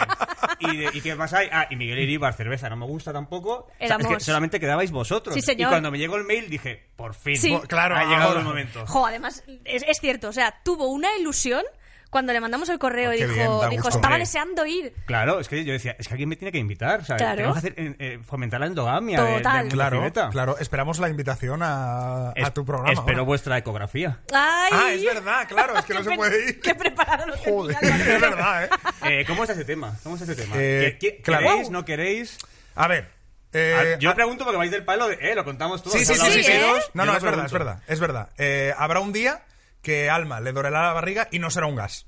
Speaker 4: ¿Y, de- ¿y qué más hay? Ah, y Miguel Iribar, cerveza, no me gusta tampoco. O sea, es que
Speaker 2: Éramos.
Speaker 4: solamente quedabais vosotros.
Speaker 2: Sí, señor.
Speaker 4: Y cuando me llegó el mail dije, por fin,
Speaker 2: Sí.
Speaker 4: claro, ha
Speaker 1: ahora.
Speaker 4: llegado el momento.
Speaker 2: Jo, además, es, es cierto, o sea, tuvo una ilusión cuando le mandamos el correo
Speaker 1: Ah, qué
Speaker 2: dijo,
Speaker 1: bien, da
Speaker 2: dijo
Speaker 1: gusto.
Speaker 2: estaba
Speaker 1: Hombre.
Speaker 2: deseando ir.
Speaker 4: Claro, es que yo decía, es que alguien me tiene que invitar. O sea,
Speaker 2: Claro.
Speaker 4: tenemos que hacer, eh, eh, fomentar la endogamia. de-
Speaker 2: Total.
Speaker 4: del mundo
Speaker 1: Claro,
Speaker 4: civeta.
Speaker 1: claro. Esperamos la invitación a, a
Speaker 4: Es-
Speaker 1: tu programa.
Speaker 4: Espero
Speaker 1: ahora.
Speaker 4: vuestra ecografía.
Speaker 2: Ay,
Speaker 1: Ah, es verdad, claro, es que no
Speaker 2: Qué
Speaker 1: se
Speaker 2: pre-
Speaker 1: puede ir.
Speaker 2: Qué preparado lo tenía,
Speaker 1: Joder,
Speaker 2: Álvaro.
Speaker 1: es verdad, ¿eh?
Speaker 4: Eh, ¿Cómo está ese tema? ¿Cómo está ese tema?
Speaker 1: Eh,
Speaker 4: ¿Que- que-
Speaker 1: claro.
Speaker 4: ¿Queréis? ¿No queréis?
Speaker 1: A ver. eh,
Speaker 4: Ah, yo pregunto porque vais del palo de, eh, lo contamos todos.
Speaker 1: Sí, sí,
Speaker 4: hemos
Speaker 1: sí,
Speaker 4: hablado
Speaker 1: sí,
Speaker 4: de
Speaker 1: sí.
Speaker 2: ¿eh?
Speaker 4: pedos,
Speaker 1: No,
Speaker 4: yo
Speaker 1: no,
Speaker 4: lo
Speaker 1: es verdad, es
Speaker 4: pregunto.
Speaker 1: verdad, es verdad. Eh, habrá un día que Alma le dolerá la barriga y no será un gas.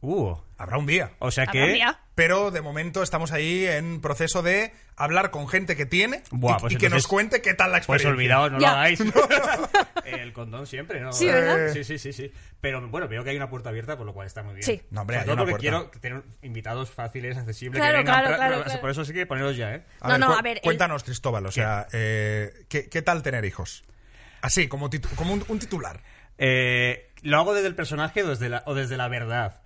Speaker 4: Uh,
Speaker 1: Habrá un día.
Speaker 4: o sea que...
Speaker 2: Habrá día.
Speaker 1: Pero de momento estamos ahí en proceso de hablar con gente que tiene
Speaker 4: Buah,
Speaker 1: y,
Speaker 4: pues
Speaker 1: y que
Speaker 4: entonces-
Speaker 1: nos cuente qué tal la
Speaker 4: Pues
Speaker 1: experiencia.
Speaker 4: olvidaos, no
Speaker 2: Ya.
Speaker 4: lo hagáis. El condón siempre, ¿no?
Speaker 2: Sí, ¿verdad?
Speaker 1: Eh.
Speaker 4: Sí, sí, sí, sí. Pero bueno, veo que hay una puerta abierta, por lo cual está muy bien.
Speaker 2: Sí.
Speaker 1: No, hombre,
Speaker 4: Sobre
Speaker 1: hay
Speaker 4: todo
Speaker 1: una
Speaker 4: porque quiero
Speaker 1: puerta.
Speaker 4: tener invitados fáciles, accesibles.
Speaker 2: Claro,
Speaker 4: que vengan,
Speaker 2: claro,
Speaker 4: pero-
Speaker 2: claro,
Speaker 4: pero-
Speaker 2: claro.
Speaker 4: Por eso sí que poneros ya, ¿eh?
Speaker 1: A
Speaker 2: No,
Speaker 1: ver,
Speaker 2: no,
Speaker 1: cu-
Speaker 2: a ver, el-
Speaker 1: Cuéntanos, Cristóbal, o sea, eh, ¿qué, qué tal tener hijos? Así, como, titu- como un, un titular.
Speaker 4: Eh, ¿Lo hago desde el personaje o desde la, o desde la verdad?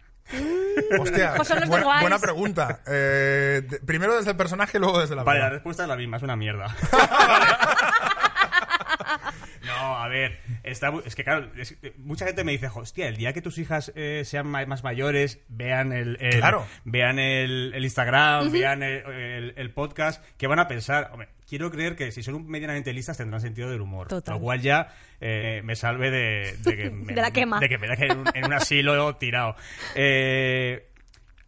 Speaker 1: Hostia,
Speaker 2: Pues son los
Speaker 1: buen-
Speaker 2: iguales.
Speaker 1: buena pregunta. Eh, de- primero desde el personaje, luego desde la
Speaker 4: Vale, la
Speaker 1: verdad.
Speaker 4: respuesta es la misma, es una mierda. no, a ver, está, mu- es que claro, es- eh, mucha gente me dice, hostia, el día que tus hijas eh, sean ma- más mayores, vean el, el-
Speaker 1: Claro.
Speaker 4: vean el, el Instagram, vean el, el- el podcast, ¿qué van a pensar? Hombre, quiero creer que si son medianamente listas tendrán sentido del humor.
Speaker 2: Total.
Speaker 4: Lo cual ya eh, me salve de, de que me-
Speaker 2: De la quema.
Speaker 4: de que me dejen en un, en un asilo tirado. Eh,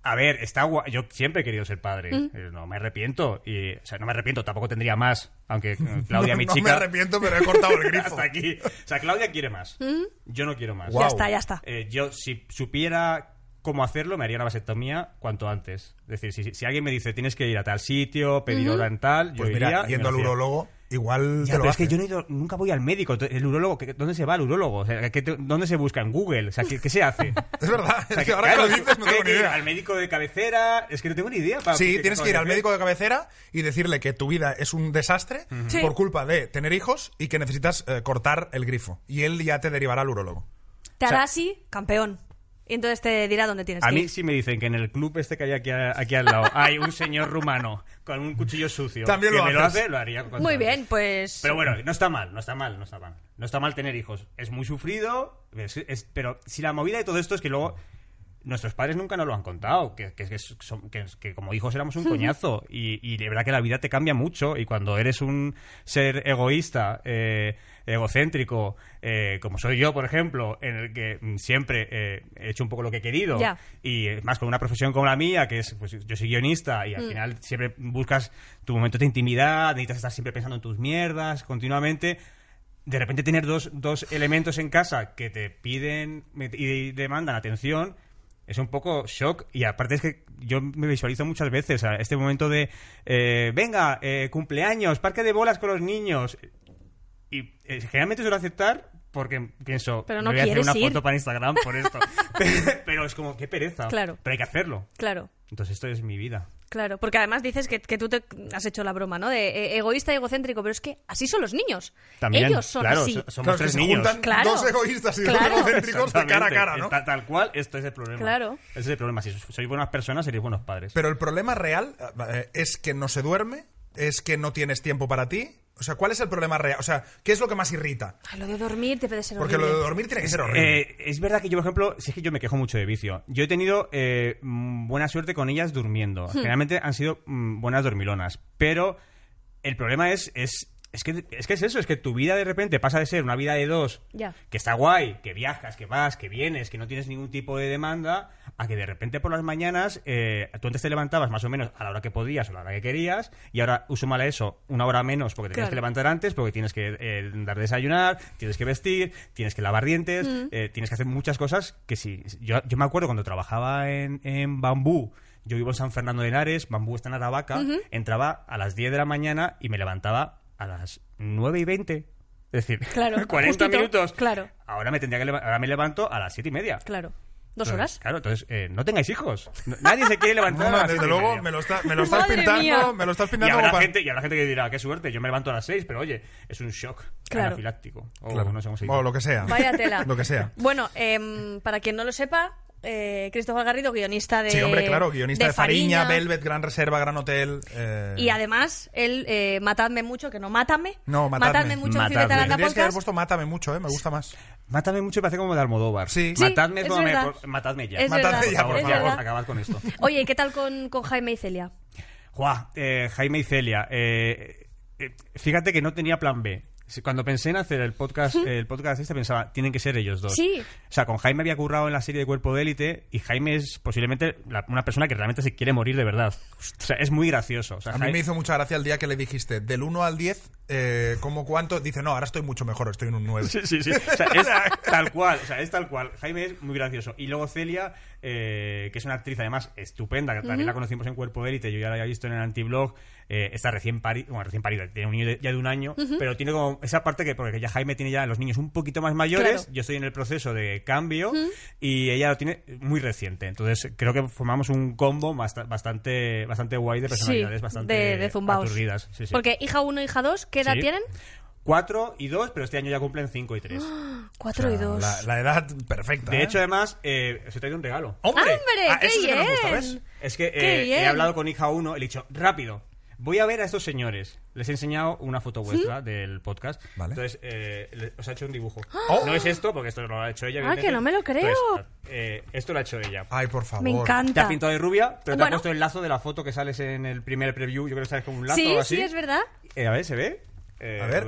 Speaker 4: a ver, está gua- yo siempre he querido ser padre,
Speaker 2: Mm.
Speaker 4: Eh, no me arrepiento, y, o sea, no me arrepiento, tampoco tendría más, aunque eh, Claudia, mi
Speaker 1: no
Speaker 4: chica,
Speaker 1: me arrepiento, pero he cortado el grifo.
Speaker 4: hasta aquí, o sea, Claudia quiere más, yo no quiero más.
Speaker 1: Guau.
Speaker 2: Ya está, Mm. ya está.
Speaker 4: Eh, yo si supiera cómo hacerlo, me haría una vasectomía cuanto antes. Es decir, si, si alguien me dice tienes que ir a tal sitio, pedir hora en tal, yo
Speaker 1: Pues mira,
Speaker 4: iría y
Speaker 1: yendo
Speaker 4: me
Speaker 1: al
Speaker 4: lo hacía.
Speaker 1: urologo, igual
Speaker 4: Ya,
Speaker 1: te lo
Speaker 4: pero es que
Speaker 1: hace.
Speaker 4: yo no he ido- nunca voy al médico. Entonces, El urólogo, ¿qué- ¿dónde se va el urólogo? O sea, ¿qué te- ¿Dónde se busca? ¿En Google? O sea, ¿qué, qué se hace?
Speaker 1: Es verdad,
Speaker 4: O sea,
Speaker 1: es que ahora que
Speaker 4: claro, eh,
Speaker 1: lo dices no
Speaker 4: ¿qué-
Speaker 1: tengo ni
Speaker 4: qué-
Speaker 1: idea.
Speaker 4: Al médico de cabecera, es que no tengo ni idea. para-
Speaker 1: Sí,
Speaker 4: qué-
Speaker 1: tienes
Speaker 4: qué-
Speaker 1: que ir al
Speaker 4: qué-
Speaker 1: médico de cabecera y decirle que tu vida es un desastre
Speaker 2: Sí.
Speaker 1: por culpa de tener hijos y que necesitas eh, cortar el grifo. Y él ya te derivará al urólogo.
Speaker 2: Te hará
Speaker 4: O sea-
Speaker 2: así, campeón. Y entonces te dirá dónde tienes
Speaker 4: A
Speaker 2: que
Speaker 4: mí
Speaker 2: ir.
Speaker 4: sí me dicen que en el club este que hay aquí, a- aquí al lado hay un señor rumano con un cuchillo sucio.
Speaker 1: También
Speaker 4: que
Speaker 1: lo
Speaker 4: me lo
Speaker 1: haces.
Speaker 4: hace, lo haría. cuanto
Speaker 2: Muy
Speaker 4: antes.
Speaker 2: bien, pues.
Speaker 4: Pero bueno, no está mal, no está mal, no está mal. No está mal tener hijos. Es muy sufrido, es- es- pero si la movida de todo esto es que luego nuestros padres nunca nos lo han contado, que, que, que son- que- que como hijos éramos un coñazo y, y de verdad que la vida te cambia mucho y cuando eres un ser egoísta, eh, egocéntrico, eh, como soy yo, por ejemplo, en el que mm, siempre eh, he hecho un poco lo que he querido
Speaker 2: Ya.
Speaker 4: y eh, más con una profesión como la mía, que es, pues yo soy guionista y al final siempre buscas tu momento de intimidad, necesitas estar siempre pensando en tus mierdas continuamente. De repente tener dos, dos elementos en casa que te piden y demandan atención es un poco shock y aparte es que yo me visualizo muchas veces a este momento de eh, venga, eh, cumpleaños, parque de bolas con los niños y eh, generalmente suelo aceptar porque pienso
Speaker 2: Pero no
Speaker 4: me voy a hacer
Speaker 2: quieres
Speaker 4: una
Speaker 2: ir.
Speaker 4: foto para Instagram por esto. Pero es como, qué pereza.
Speaker 2: Claro.
Speaker 4: Pero hay que hacerlo.
Speaker 2: Claro.
Speaker 4: Entonces esto es mi vida.
Speaker 2: Claro, porque además dices que, que tú te has hecho la broma, ¿no? De eh, egoísta y egocéntrico, pero es que así son los niños.
Speaker 4: También,
Speaker 2: Ellos son
Speaker 4: claro,
Speaker 2: así.
Speaker 4: so-
Speaker 1: Claro,
Speaker 4: somos
Speaker 1: es que
Speaker 4: tres
Speaker 1: se
Speaker 4: niños.
Speaker 1: juntan
Speaker 2: Claro.
Speaker 1: dos egoístas y
Speaker 2: Claro.
Speaker 1: dos egocéntricos de cara a cara, ¿no?
Speaker 4: Exactamente. Ta- Tal, cual, esto es el problema.
Speaker 2: Claro.
Speaker 4: Ese es el problema. Si so- sois buenas personas, seréis buenos padres.
Speaker 1: Pero el problema real eh, es que no se duerme, es que no tienes tiempo para ti. O sea, ¿cuál es el problema real? O sea, ¿qué es lo que más irrita?
Speaker 2: Ay, lo de dormir debe de ser
Speaker 1: Porque lo
Speaker 2: horrible.
Speaker 1: de dormir tiene que ser horrible.
Speaker 4: Eh, es verdad que yo, por ejemplo, si es que yo me quejo mucho de vicio. Yo he tenido eh, mm, buena suerte con ellas durmiendo. Generalmente han sido mm, buenas dormilonas. Pero el problema es, es, es, que, es que es eso, es que tu vida de repente pasa de ser una vida de dos,
Speaker 2: Ya.
Speaker 4: que está guay, que viajas, que vas, que vienes, que no tienes ningún tipo de demanda, a que de repente por las mañanas eh, tú antes te levantabas más o menos a la hora que podías o a la hora que querías, y ahora mal a eso una hora menos porque te tienes
Speaker 2: Claro.
Speaker 4: que levantar levantar antes porque tienes que eh, dar desayunar, tienes que vestir, tienes que lavar dientes,
Speaker 2: Mm.
Speaker 4: eh, tienes que hacer muchas cosas que sí. Yo, yo me acuerdo cuando trabajaba en, en Bambú, yo vivo en San Fernando de Henares, Bambú está en Aravaca, entraba a las 10 de la mañana y me levantaba a las 9 y 20. Es decir,
Speaker 2: Claro,
Speaker 4: 40
Speaker 2: justito,
Speaker 4: minutos.
Speaker 2: claro.
Speaker 4: Ahora me, tendría que leva- ahora me levanto a las 7 y media.
Speaker 2: Claro. ¿Dos
Speaker 4: Entonces,
Speaker 2: horas?
Speaker 4: Claro, entonces eh, no tengáis hijos. No- nadie se quiere levantar. a
Speaker 1: No,
Speaker 4: las
Speaker 1: desde
Speaker 4: siete y
Speaker 1: luego
Speaker 4: media.
Speaker 1: me lo, está- me lo estás
Speaker 2: Madre
Speaker 1: pintando,
Speaker 2: mía.
Speaker 1: me lo estás
Speaker 4: Y
Speaker 1: pintando
Speaker 4: habrá,
Speaker 1: como para-
Speaker 4: gente, y habrá gente que dirá, qué suerte, yo me levanto a las 6, pero oye, es un shock
Speaker 2: Claro.
Speaker 4: anafiláctico. O
Speaker 1: Claro.
Speaker 4: no sé cómo se dice.
Speaker 1: o lo que sea.
Speaker 2: Vaya tela.
Speaker 1: Lo que sea.
Speaker 2: Bueno, em, para quien no lo sepa, eh, Cristóbal Garrido, guionista de.
Speaker 1: Sí, hombre, claro, guionista de, Fariña, Velvet, Gran Reserva, Gran Hotel. eh,
Speaker 2: Y además, él, eh, matadme mucho, que no, mátame.
Speaker 1: No, matadme.
Speaker 2: mucho,
Speaker 4: Matadme.
Speaker 2: Fibeta Landa
Speaker 1: Tendrías que haber
Speaker 2: Podcast.
Speaker 1: puesto Mátame mucho, ¿eh? Me gusta más.
Speaker 4: Mátame mucho, parece como de Almodóvar.
Speaker 1: Sí.
Speaker 2: Sí,
Speaker 4: matadme,
Speaker 2: es
Speaker 4: como me-
Speaker 2: verdad.
Speaker 4: por- matadme ya.
Speaker 2: Es
Speaker 4: matadme
Speaker 1: verdad,
Speaker 4: ya, por
Speaker 1: es
Speaker 4: favor,
Speaker 2: verdad.
Speaker 4: acabad con esto.
Speaker 2: Oye, ¿y qué tal con, con Jaime y Celia?
Speaker 4: Juá, eh, Jaime y Celia, eh, eh, fíjate que no tenía plan B. Si- Cuando pensé en hacer el podcast, eh, el podcast este pensaba, tienen que ser ellos dos.
Speaker 2: Sí.
Speaker 4: O sea, con Jaime había currado en la serie de Cuerpo de Élite y Jaime es posiblemente la- una persona que realmente se quiere morir de verdad. O sea, es muy gracioso. O
Speaker 1: A
Speaker 4: sea,
Speaker 1: mí
Speaker 4: Jaime-
Speaker 1: me hizo mucha gracia el día que le dijiste, del 1 al 10, eh, ¿cómo cuánto? Dice, no, ahora estoy mucho mejor, estoy en un 9.
Speaker 4: Sí, sí, sí. O sea, es tal cual, o sea, es tal cual. Jaime es muy gracioso. Y luego Celia, eh, que es una actriz además estupenda, que también la conocimos en Cuerpo de Élite, yo ya la había visto en el antiblog, eh, está recién parida, bueno, recién parida, tiene un niño de- ya de un año, pero tiene como esa parte que, porque ya Jaime tiene ya los niños un poquito más mayores,
Speaker 2: Claro.
Speaker 4: yo estoy en el proceso de cambio y ella lo tiene muy reciente. Entonces creo que formamos un combo basta- bastante, bastante guay de personalidades,
Speaker 2: Sí,
Speaker 4: bastante
Speaker 2: de, de zumbaos.
Speaker 4: aturdidas. Sí, sí.
Speaker 2: Porque hija 1 hija 2, ¿qué edad
Speaker 4: Sí.
Speaker 2: tienen?
Speaker 4: Cuatro y dos, pero este año ya cumplen cinco y tres.
Speaker 2: 4 y 2.
Speaker 1: Ah, La, la edad perfecta.
Speaker 4: De
Speaker 1: ¿eh?
Speaker 4: hecho, además, eh, os he traído un regalo.
Speaker 1: ¡Hombre!
Speaker 2: ¡Hombre,
Speaker 1: Ah,
Speaker 2: qué
Speaker 1: eso sí que nos gusta,
Speaker 2: bien!
Speaker 1: ¿ves?
Speaker 4: Es que
Speaker 2: ¡Qué
Speaker 4: eh,
Speaker 2: bien!
Speaker 4: he hablado con hija 1 y le he dicho, rápido, voy a ver a estos señores. Les he enseñado una foto vuestra del podcast.
Speaker 1: Vale.
Speaker 4: Entonces, eh, le- os ha hecho un dibujo.
Speaker 1: ¡Oh!
Speaker 4: No es esto, porque esto lo ha hecho ella.
Speaker 2: Ah,
Speaker 4: evidentemente.
Speaker 2: que no me lo creo.
Speaker 4: Entonces, eh, esto lo ha hecho ella.
Speaker 1: Ay, por favor.
Speaker 2: Me
Speaker 4: Te
Speaker 2: encanta.
Speaker 4: ha pintado de rubia, pero te ha
Speaker 2: Bueno.
Speaker 4: puesto el lazo de la foto que sales en el primer preview. Yo creo que sales con un lazo
Speaker 2: Sí,
Speaker 4: o así.
Speaker 2: sí, es verdad.
Speaker 4: Eh, a ver, ¿se ve? Eh,
Speaker 1: A ver.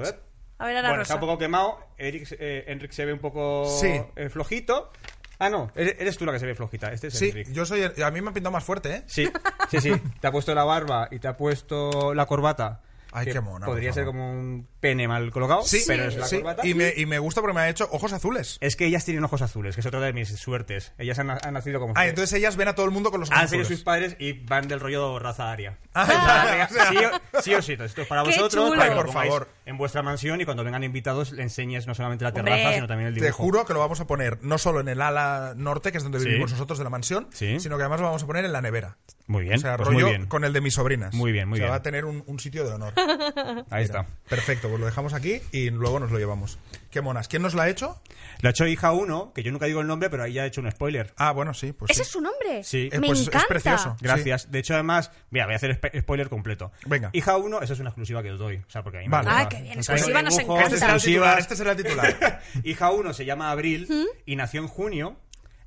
Speaker 2: A ver, ahora
Speaker 4: Bueno,
Speaker 2: Rosa.
Speaker 4: está un poco quemado. Eric, eh, Enric se ve un poco
Speaker 1: Sí.
Speaker 4: eh, flojito. Ah, no, eres, eres tú la que se ve flojita. Este es
Speaker 1: Sí,
Speaker 4: Enric.
Speaker 1: yo soy el- a mí me han pintado más fuerte, ¿eh?
Speaker 4: Sí, sí, sí. Te ha puesto la barba y te ha puesto la corbata.
Speaker 1: Ay,
Speaker 4: que
Speaker 1: qué mona,
Speaker 4: Podría
Speaker 1: por
Speaker 4: ser
Speaker 1: favor.
Speaker 4: como un pene mal colocado,
Speaker 1: Sí,
Speaker 4: pero es la
Speaker 1: sí,
Speaker 4: corbata.
Speaker 1: Y me, y me gusta porque me ha hecho ojos azules.
Speaker 4: Es que ellas tienen ojos azules, que es otra de mis suertes. Ellas han, han nacido como...
Speaker 1: Ah, entonces ellas ven a todo el mundo con los ojos
Speaker 4: Han sido sus
Speaker 1: azules.
Speaker 4: padres y van del rollo raza aria.
Speaker 1: Ah,
Speaker 4: Raza
Speaker 1: o sea.
Speaker 4: aria, sí, o- sí o sí, esto es para
Speaker 2: Qué
Speaker 4: vosotros,
Speaker 2: chulo.
Speaker 4: para que
Speaker 1: Ay,
Speaker 4: lo
Speaker 1: por
Speaker 4: pongáis
Speaker 1: favor.
Speaker 4: en vuestra mansión y cuando vengan invitados le enseñes no solamente la
Speaker 2: Hombre.
Speaker 4: terraza, sino también el dibujo.
Speaker 1: Te juro que lo vamos a poner no solo en el ala norte, que es donde
Speaker 4: Sí.
Speaker 1: vivimos nosotros de la mansión,
Speaker 4: Sí.
Speaker 1: sino que además lo vamos a poner en la nevera.
Speaker 4: Muy bien,
Speaker 1: O sea,
Speaker 4: pues
Speaker 1: rollo
Speaker 4: muy bien.
Speaker 1: con el de mis sobrinas.
Speaker 4: Muy bien, muy
Speaker 1: O sea,
Speaker 4: bien.
Speaker 1: va a tener un, un sitio de honor.
Speaker 4: Ahí está.
Speaker 1: Perfecto, pues lo dejamos aquí y luego nos lo llevamos. Qué monas. ¿Quién nos la ha hecho?
Speaker 4: Lo ha hecho hija 1, que yo nunca digo el nombre, pero ahí ya he hecho un spoiler.
Speaker 1: Ah, bueno, sí, pues
Speaker 2: ¿Ese
Speaker 1: sí.
Speaker 2: es su nombre?
Speaker 4: Sí.
Speaker 1: Eh,
Speaker 2: Me
Speaker 1: pues es
Speaker 2: encanta.
Speaker 1: precioso.
Speaker 4: Gracias. De hecho, además, mira, voy a hacer spo- spoiler completo.
Speaker 1: Venga.
Speaker 4: Hija 1, esa es una exclusiva que os doy. O sea, porque a mí me
Speaker 1: Vale.
Speaker 4: gusta.
Speaker 1: Ah,
Speaker 2: qué bien,
Speaker 4: O sea,
Speaker 2: exclusiva,
Speaker 4: hay
Speaker 2: nos
Speaker 4: dibujos,
Speaker 1: Este será el titular,
Speaker 4: exclusivas.
Speaker 1: este será el titular.
Speaker 4: Hija 1 se llama Abril
Speaker 2: ¿Mm?
Speaker 4: y nació en junio.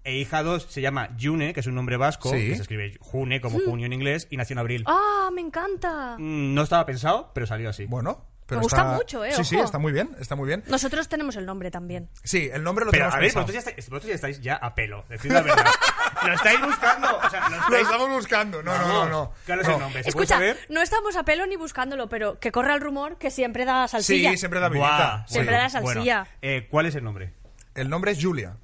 Speaker 4: E hija 2 se llama June, que es un nombre vasco,
Speaker 1: Sí.
Speaker 4: que se escribe June como
Speaker 2: ¿Mm?
Speaker 4: junio en inglés, y nació en abril.
Speaker 2: ¡Ah, me encanta!
Speaker 4: Mm, No estaba pensado, pero salió así.
Speaker 1: Bueno, pero
Speaker 2: Me gusta
Speaker 1: está-
Speaker 2: mucho, eh,
Speaker 1: Sí, sí,
Speaker 2: ojo.
Speaker 1: está muy bien, está muy bien.
Speaker 2: Nosotros tenemos el nombre también.
Speaker 1: Sí, el nombre lo
Speaker 4: pero
Speaker 1: tenemos
Speaker 4: a ver,
Speaker 1: pensado.
Speaker 4: vosotros ya, estáis, vosotros ya estáis ya a pelo, decid la verdad. lo estáis buscando. O sea, lo
Speaker 1: Lo
Speaker 4: estáis...
Speaker 1: estamos buscando. No, no, no,
Speaker 4: Vamos,
Speaker 1: no.
Speaker 4: ¿Cuál es
Speaker 1: No.
Speaker 4: el nombre? ¿Se puede
Speaker 2: Escucha,
Speaker 4: saber?
Speaker 2: no estamos a pelo ni buscándolo, pero que corra el rumor que siempre da salsilla.
Speaker 1: Sí, siempre da
Speaker 4: Buah,
Speaker 1: vidita. Sí.
Speaker 2: Siempre da
Speaker 4: bueno,
Speaker 2: salsilla.
Speaker 4: eh, ¿Cuál es el nombre?
Speaker 1: El nombre es Julia.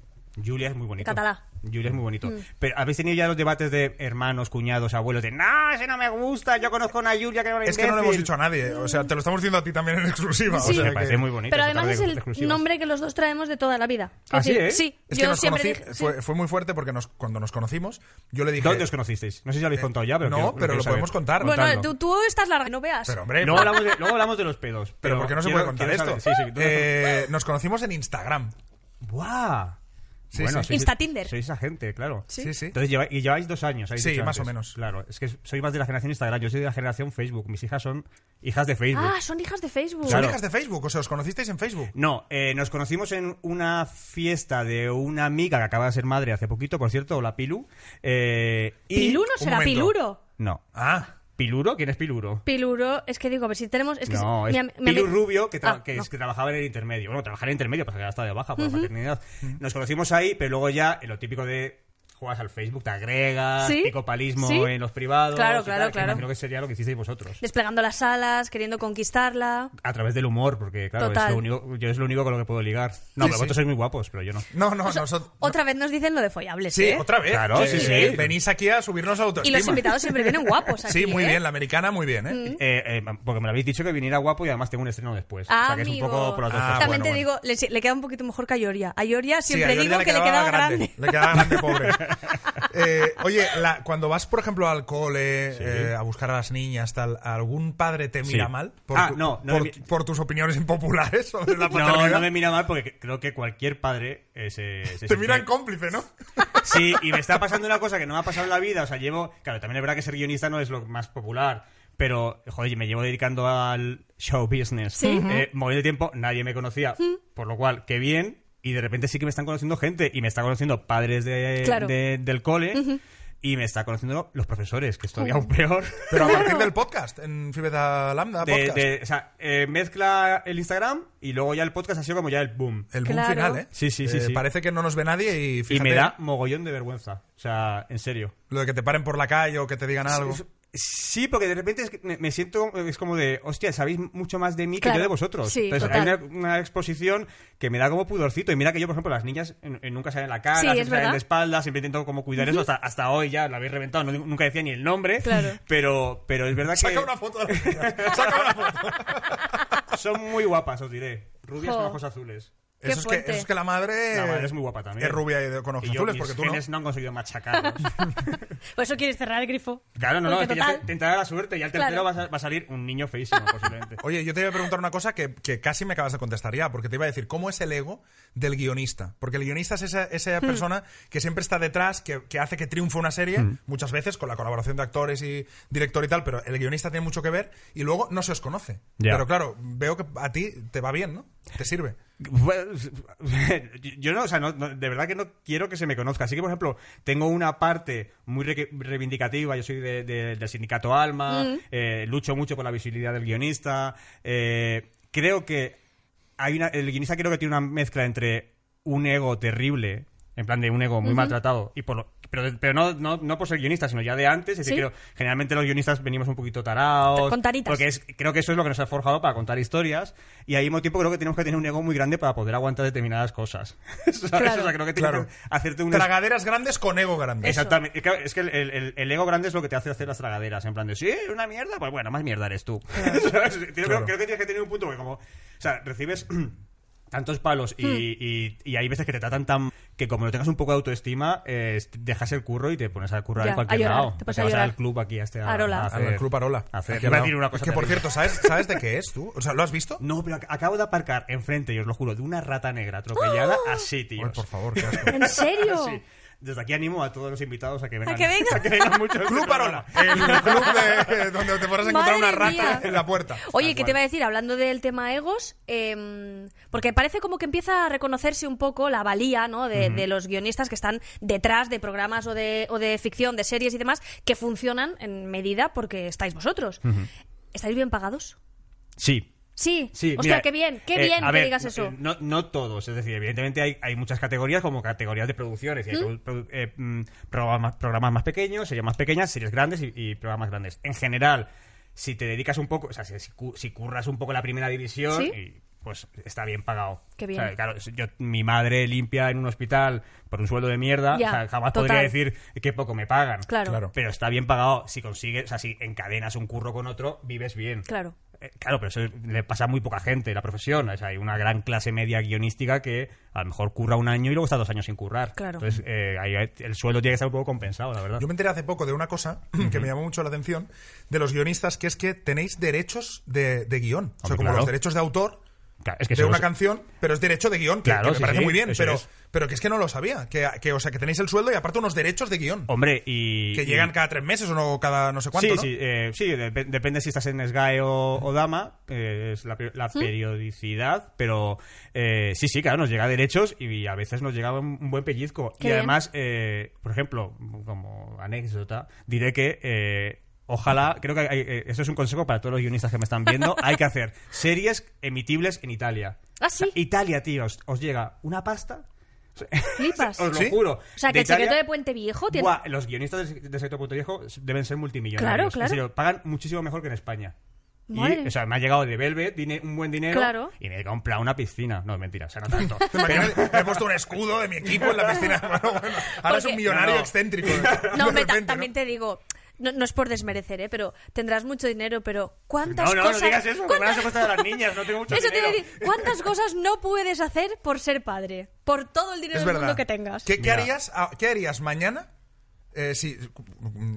Speaker 4: Julia es muy bonito.
Speaker 2: Catalá.
Speaker 4: Julia es muy bonito. Pero habéis tenido ya los debates de hermanos, cuñados, abuelos de no, ese no me gusta, yo conozco a una Julia que era una
Speaker 1: Es que no lo
Speaker 4: imbécil".
Speaker 1: hemos dicho a nadie. O sea, te lo estamos diciendo a ti también en exclusiva. o
Speaker 2: Sí.
Speaker 1: sea
Speaker 4: Me parece
Speaker 1: que-
Speaker 4: muy bonito.
Speaker 2: Pero
Speaker 4: esta
Speaker 2: además es
Speaker 4: tarde de
Speaker 2: el
Speaker 4: exclusivas.
Speaker 2: nombre que los dos traemos de toda la vida. Es
Speaker 4: ¿Ah, sí,
Speaker 2: decir,
Speaker 4: eh?
Speaker 1: Es
Speaker 2: yo
Speaker 1: que nos
Speaker 2: siempre
Speaker 1: conocí,
Speaker 2: dije- sí.
Speaker 1: fue, fue muy fuerte porque nos, cuando nos conocimos, yo le dije.
Speaker 4: ¿Dónde os conocisteis? No sé si lo habéis contado ya, pero.
Speaker 1: Eh, No,
Speaker 4: quiero-
Speaker 1: pero
Speaker 4: quiero
Speaker 1: lo
Speaker 4: saber.
Speaker 1: podemos contar.
Speaker 2: Bueno,
Speaker 4: Contadlo.
Speaker 2: tú, tú estás larga, no veas.
Speaker 1: Pero hombre,
Speaker 4: Luego
Speaker 1: pero,
Speaker 4: hablamos, de, luego hablamos de los pedos. Pero,
Speaker 1: porque no se
Speaker 4: quiero-
Speaker 1: puede contar
Speaker 4: quiero
Speaker 1: esto.
Speaker 4: saber- Sí, sí. tú-
Speaker 1: Eh, nos conocimos en Instagram.
Speaker 4: ¡Buah!
Speaker 1: Sí, sí.
Speaker 4: sois-
Speaker 2: Instatinder.
Speaker 4: Sois esa gente, claro.
Speaker 2: Sí.
Speaker 1: Sí, sí.
Speaker 4: Entonces, lleva- y lleváis dos años. habéis
Speaker 1: Sí,
Speaker 4: dicho
Speaker 1: más
Speaker 4: antes.
Speaker 1: o menos.
Speaker 4: Claro, es que soy más de la generación Instagram, yo soy de la generación Facebook. Mis hijas son hijas de Facebook.
Speaker 2: Ah, son hijas de Facebook.
Speaker 1: Son
Speaker 4: Claro.
Speaker 1: hijas de Facebook, o sea, os conocisteis en Facebook.
Speaker 4: No, eh, nos conocimos en una fiesta de una amiga que acaba de ser madre hace poquito, por cierto, la Pilu. Eh, y-
Speaker 2: Pilú no
Speaker 1: un
Speaker 2: será
Speaker 1: momento.
Speaker 2: Piluro.
Speaker 4: No.
Speaker 1: Ah,
Speaker 4: ¿Piluro? ¿Quién es Piluro?
Speaker 2: Piluro, es que digo, a ver si tenemos. Es que
Speaker 4: no,
Speaker 2: mi
Speaker 4: es
Speaker 2: am- mi
Speaker 4: Pilu
Speaker 2: ami-
Speaker 4: Rubio, que, tra-
Speaker 2: Ah,
Speaker 4: que,
Speaker 2: no.
Speaker 4: es- que trabajaba en el intermedio. Bueno, trabajaba en el intermedio, pasa que ahora está de baja por la maternidad. Nos conocimos ahí, pero luego ya, eh, lo típico de juegas al Facebook, te agregas,
Speaker 2: Sí,
Speaker 4: picopalismo
Speaker 2: sí.
Speaker 4: en los privados.
Speaker 2: Claro,
Speaker 4: y
Speaker 2: claro,
Speaker 4: tal, que
Speaker 2: claro.
Speaker 4: Imagino que sería lo que hicisteis vosotros.
Speaker 2: Desplegando las alas, queriendo conquistarla.
Speaker 4: A través del humor, porque claro, es
Speaker 2: Total.
Speaker 4: lo único, yo es lo único con lo que puedo ligar. No,
Speaker 1: Sí,
Speaker 4: pero
Speaker 1: sí.
Speaker 4: vosotros sois muy guapos, pero yo no.
Speaker 1: no, no,
Speaker 2: O sea,
Speaker 1: nosotros.
Speaker 2: Otra vez nos dicen lo de follables.
Speaker 1: Sí,
Speaker 2: ¿eh?
Speaker 1: otra vez. Eh,
Speaker 4: Claro, sí, sí.
Speaker 1: Venís aquí a subirnos
Speaker 2: Y
Speaker 1: autoestima.
Speaker 2: los invitados siempre vienen guapos. Aquí,
Speaker 1: Sí, muy
Speaker 2: ¿eh? Mm.
Speaker 1: bien, la americana muy bien, ¿eh?
Speaker 4: Eh, eh, porque me lo habéis dicho que viniera guapo y además tengo un estreno después. o sea, que es un
Speaker 2: Amigo.
Speaker 4: poco por las dos
Speaker 1: Ah,
Speaker 4: cosas.
Speaker 2: También
Speaker 1: bueno,
Speaker 2: te
Speaker 1: bueno.
Speaker 2: digo, le, le queda un poquito mejor que a Yoria. A Yoria
Speaker 1: Sí,
Speaker 2: siempre
Speaker 1: a Jordi
Speaker 2: digo que le
Speaker 1: quedaba
Speaker 2: quedaba grande.
Speaker 1: Le quedaba grande, pobre. Eh, oye, la- cuando vas, por ejemplo, al cole eh, a buscar a las niñas, tal, ¿algún padre te mira
Speaker 4: Sí.
Speaker 1: mal? Por,
Speaker 4: Ah,
Speaker 1: tu-
Speaker 4: no, no
Speaker 1: por,
Speaker 4: me mi-
Speaker 1: por tus opiniones impopulares sobre la
Speaker 4: No,
Speaker 1: paternidad.
Speaker 4: no me mira mal porque creo que cualquier padre eh, se, se
Speaker 1: Te
Speaker 4: siente-
Speaker 1: miran cómplice, ¿no?
Speaker 4: Sí, y me está pasando una cosa que no me ha pasado en la vida. O sea, llevo. Claro, también es verdad que ser guionista no es lo más popular. Pero, joder, me llevo dedicando al show business.
Speaker 2: Sí.
Speaker 4: Eh, mogollón de tiempo, nadie me conocía. Por lo cual, qué bien. Y de repente sí que me están conociendo gente. Y me están conociendo padres de,
Speaker 2: Claro.
Speaker 4: de- del cole. Y me están conociendo los profesores, que es todavía aún peor.
Speaker 1: Pero a partir del podcast, en Fibeta Lambda,
Speaker 4: De-
Speaker 1: podcast.
Speaker 4: de- o sea, eh, mezcla el Instagram y luego ya el podcast ha sido como ya el boom.
Speaker 1: El boom
Speaker 2: Claro.
Speaker 1: final, ¿eh?
Speaker 4: Sí, sí, sí,
Speaker 1: Eh,
Speaker 4: sí.
Speaker 1: Parece que no nos ve nadie y
Speaker 4: Y
Speaker 1: fíjate
Speaker 4: me da mogollón de vergüenza. O sea, en serio.
Speaker 1: lo de que te paren por la calle o que te digan algo.
Speaker 4: Es- Sí, porque de repente es que me, me siento, es como de, hostia, sabéis mucho más de mí
Speaker 2: Claro.
Speaker 4: que yo de vosotros.
Speaker 2: Sí,
Speaker 4: Entonces
Speaker 2: total.
Speaker 4: hay una, una exposición que me da como pudorcito. Y mira que yo, por ejemplo, las niñas en- en nunca salen la cara,
Speaker 2: Sí,
Speaker 4: siempre
Speaker 2: es
Speaker 4: salen
Speaker 2: verdad.
Speaker 4: de espalda, siempre intento como cuidar eso. Hasta, hasta hoy ya la habéis reventado, no digo- nunca decía ni el nombre.
Speaker 2: Claro.
Speaker 4: Pero, pero es verdad
Speaker 1: Saca
Speaker 4: que
Speaker 1: una foto. de la niña, Saca una foto.
Speaker 4: son muy guapas, os diré. Rubias
Speaker 2: Jo.
Speaker 4: con ojos azules.
Speaker 2: Qué
Speaker 1: Eso es, que,
Speaker 2: fuerte.
Speaker 1: eso es que la madre,
Speaker 4: La madre es muy guapa también.
Speaker 1: Es rubia y de- con ojos
Speaker 4: Y yo,
Speaker 1: azules,
Speaker 4: mis
Speaker 1: porque tú no.
Speaker 4: genes no. han conseguido machacarlos.
Speaker 2: Por eso quieres cerrar el grifo.
Speaker 4: claro, no, no,
Speaker 2: Porque
Speaker 4: es que ya
Speaker 2: total-
Speaker 4: te, te entrará la suerte y al tercero
Speaker 2: Claro.
Speaker 4: va, a, va a salir un niño feísimo, posiblemente.
Speaker 1: Oye, yo te iba a preguntar una cosa que, que casi me acabas de contestar ya, porque te iba a decir, ¿cómo es el ego del guionista? Porque el guionista es esa,
Speaker 4: Hmm.
Speaker 1: esa persona que siempre está detrás, que, que hace que triunfe una serie,
Speaker 4: Hmm.
Speaker 1: muchas veces con la colaboración de actores y director y tal, pero el guionista tiene mucho que ver y luego no se os conoce.
Speaker 4: Ya.
Speaker 1: Pero claro, veo que a ti te va bien, ¿no? Te sirve.
Speaker 4: Bueno, yo no, o sea, no- no, de verdad que no quiero que se me conozca. Así que, por ejemplo, tengo una parte muy re- reivindicativa. Yo soy de- de- del sindicato Alma,
Speaker 2: Mm.
Speaker 4: eh, lucho mucho por la visibilidad del guionista. eh, creo que hay una, el guionista creo que tiene una mezcla entre un ego terrible, en plan de un ego muy maltratado, y por lo- pero, pero no, no, no por ser guionista, sino ya de antes. Es
Speaker 2: Sí.
Speaker 4: decir, creo- generalmente los guionistas venimos un poquito tarados.
Speaker 2: Con taritas.
Speaker 4: Porque es- creo que eso es lo que nos ha forjado para contar historias y al mismo tiempo creo que tenemos que tener un ego muy grande para poder aguantar determinadas cosas. ¿Sabes?
Speaker 2: Claro.
Speaker 4: O sea, creo que tienes
Speaker 1: Claro.
Speaker 4: que hacerte un...
Speaker 1: Tragaderas grandes con ego grande.
Speaker 4: Exactamente. Claro, Es que el, el- el ego grande es lo que te hace hacer las tragaderas. En plan de, sí, una mierda, pues bueno, más mierda eres tú. ¿Sabes? Creo,
Speaker 1: Claro.
Speaker 4: creo que tienes que tener un punto porque como... O sea, recibes... Tantos palos y,
Speaker 2: Hmm.
Speaker 4: y- y hay veces que te tratan tan que como no tengas un poco de autoestima, eh, dejas el curro y te pones a currar
Speaker 2: Ya,
Speaker 4: en
Speaker 2: a
Speaker 4: cualquier
Speaker 2: llorar,
Speaker 4: lado.
Speaker 2: te pones a
Speaker 4: vas
Speaker 2: llorar.
Speaker 4: al club aquí a este
Speaker 1: Al
Speaker 2: Arola.
Speaker 4: hacer-
Speaker 1: Club Parola.
Speaker 4: a hacer-
Speaker 1: Aquí al
Speaker 4: iba a
Speaker 1: lado.
Speaker 4: decir una cosa
Speaker 1: Es que, por
Speaker 4: terrible.
Speaker 1: cierto, ¿sabes, ¿sabes de qué es tú? O sea, ¿lo has visto?
Speaker 4: No, pero ac- acabo de aparcar enfrente, y os lo juro, de una rata negra atropellada
Speaker 2: ¡Ah!
Speaker 4: así, tío.
Speaker 1: Ay, por favor, qué asco.
Speaker 2: ¿En serio?
Speaker 4: Desde aquí animo a todos los invitados a que vengan.
Speaker 2: que vengan.
Speaker 4: vengan mucho.
Speaker 1: Club Parola,
Speaker 4: Eh,
Speaker 1: el club de, donde te podrás encontrar
Speaker 2: Madre
Speaker 1: una rata
Speaker 2: mía.
Speaker 1: en la puerta.
Speaker 2: Oye, ¿qué
Speaker 4: cual.
Speaker 2: te iba a decir? Hablando del tema egos, eh, porque parece como que empieza a reconocerse un poco la valía ¿no? de, de los guionistas que están detrás de programas o de, o de ficción, de series y demás, que funcionan en medida porque estáis vosotros. ¿Estáis bien pagados?
Speaker 4: Sí.
Speaker 2: Sí.
Speaker 4: Sí,
Speaker 2: Hostia,
Speaker 4: mira,
Speaker 2: qué bien, qué
Speaker 4: eh,
Speaker 2: bien
Speaker 4: a
Speaker 2: que
Speaker 4: ver,
Speaker 2: digas eso.
Speaker 4: eh, No, no todos, es decir, evidentemente hay, hay muchas categorías como categorías de producciones. y hay produ- produ- eh, mm, programas, programas más pequeños, series más pequeñas, series grandes y, y programas grandes. En general, si te dedicas un poco, o sea, si, si cu- si curras un poco la primera división,
Speaker 2: Sí.
Speaker 4: y, pues está bien pagado.
Speaker 2: Qué bien.
Speaker 4: O sea, claro, yo, mi madre limpia en un hospital por un sueldo de mierda,
Speaker 2: Ya,
Speaker 4: o sea, jamás
Speaker 2: total.
Speaker 4: podría decir qué poco me pagan.
Speaker 2: Claro.
Speaker 1: Claro.
Speaker 4: Pero está bien pagado si consigues, o sea, si encadenas un curro con otro, vives bien.
Speaker 2: Claro.
Speaker 4: Eh, Claro, pero eso le pasa a muy poca gente, la profesión. O sea, hay una gran clase media guionística que a lo mejor curra un año y luego está dos años sin currar.
Speaker 2: Claro.
Speaker 4: Entonces, eh, ahí hay- el sueldo tiene que estar un poco compensado, la verdad.
Speaker 1: Yo me enteré hace poco de una cosa que me llamó mucho la atención de los guionistas, que es que tenéis derechos de, de guión. O sea,
Speaker 4: Hombre,
Speaker 1: como
Speaker 4: claro.
Speaker 1: los derechos de autor
Speaker 4: Claro, es que
Speaker 1: de
Speaker 4: eso
Speaker 1: una
Speaker 4: es-
Speaker 1: canción, pero es derecho de guión, que-
Speaker 4: Claro,
Speaker 1: que, me
Speaker 4: sí,
Speaker 1: parece
Speaker 4: sí,
Speaker 1: muy bien,
Speaker 4: eso
Speaker 1: pero,
Speaker 4: es.
Speaker 1: pero que es que no lo sabía. Que, que, o sea, que tenéis el sueldo y aparte unos derechos de guión.
Speaker 4: Hombre, Oh, y...
Speaker 1: que
Speaker 4: y-
Speaker 1: llegan cada tres meses o no cada no sé cuánto,
Speaker 4: Sí,
Speaker 1: ¿no?
Speaker 4: sí, eh, sí dep- depende si estás en Sky o, o Dama, eh, es la, pe- la periodicidad, pero eh, sí, sí, claro, nos llega derechos y a veces nos llega un, un buen pellizco.
Speaker 2: Qué
Speaker 4: y
Speaker 2: bien.
Speaker 4: además, eh, por ejemplo, como anécdota, diré que... eh, Ojalá, creo que hay- eh, esto es un consejo para todos los guionistas que me están viendo. Hay que hacer series emitibles en Italia.
Speaker 2: Ah, sí.
Speaker 4: O sea, Italia, tío, os, os llega una pasta.
Speaker 2: Flipas.
Speaker 4: Os lo
Speaker 1: ¿Sí?
Speaker 4: juro.
Speaker 2: O sea,
Speaker 4: De
Speaker 2: que el secreto
Speaker 4: Italia-
Speaker 2: de Puente Viejo tiene...
Speaker 4: Buah, los guionistas de, de Sector Punto Viejo deben ser multimillonarios.
Speaker 2: Claro, claro.
Speaker 4: En serio, pagan muchísimo mejor que en España.
Speaker 2: Madre.
Speaker 4: Y, o sea, me ha llegado de Velvet dine- un buen dinero
Speaker 2: Claro.
Speaker 4: y me he comprado una piscina. No, mentira, o sea, no tanto.
Speaker 1: ¿Te imaginas? Me he puesto un escudo de mi equipo en la piscina. Bueno, bueno, ahora es
Speaker 2: Porque-
Speaker 1: un millonario
Speaker 4: No, no.
Speaker 1: excéntrico.
Speaker 2: No,
Speaker 1: de
Speaker 2: hombre, ta-
Speaker 1: repente,
Speaker 2: también te digo, no, no es por desmerecer, ¿eh? pero tendrás mucho dinero, pero ¿cuántas
Speaker 4: No, no, no
Speaker 2: cosas...
Speaker 4: digas eso, que me
Speaker 2: cuántas-
Speaker 4: vas a costar a las niñas, no tengo mucho
Speaker 2: Eso te iba a
Speaker 4: dinero.
Speaker 2: decir, ¿cuántas cosas no puedes hacer por ser padre? Por todo el dinero
Speaker 1: Es
Speaker 2: del
Speaker 1: verdad.
Speaker 2: mundo que tengas.
Speaker 1: ¿Qué, qué
Speaker 4: Ya.
Speaker 1: harías, ah, ¿Qué harías mañana? eh, si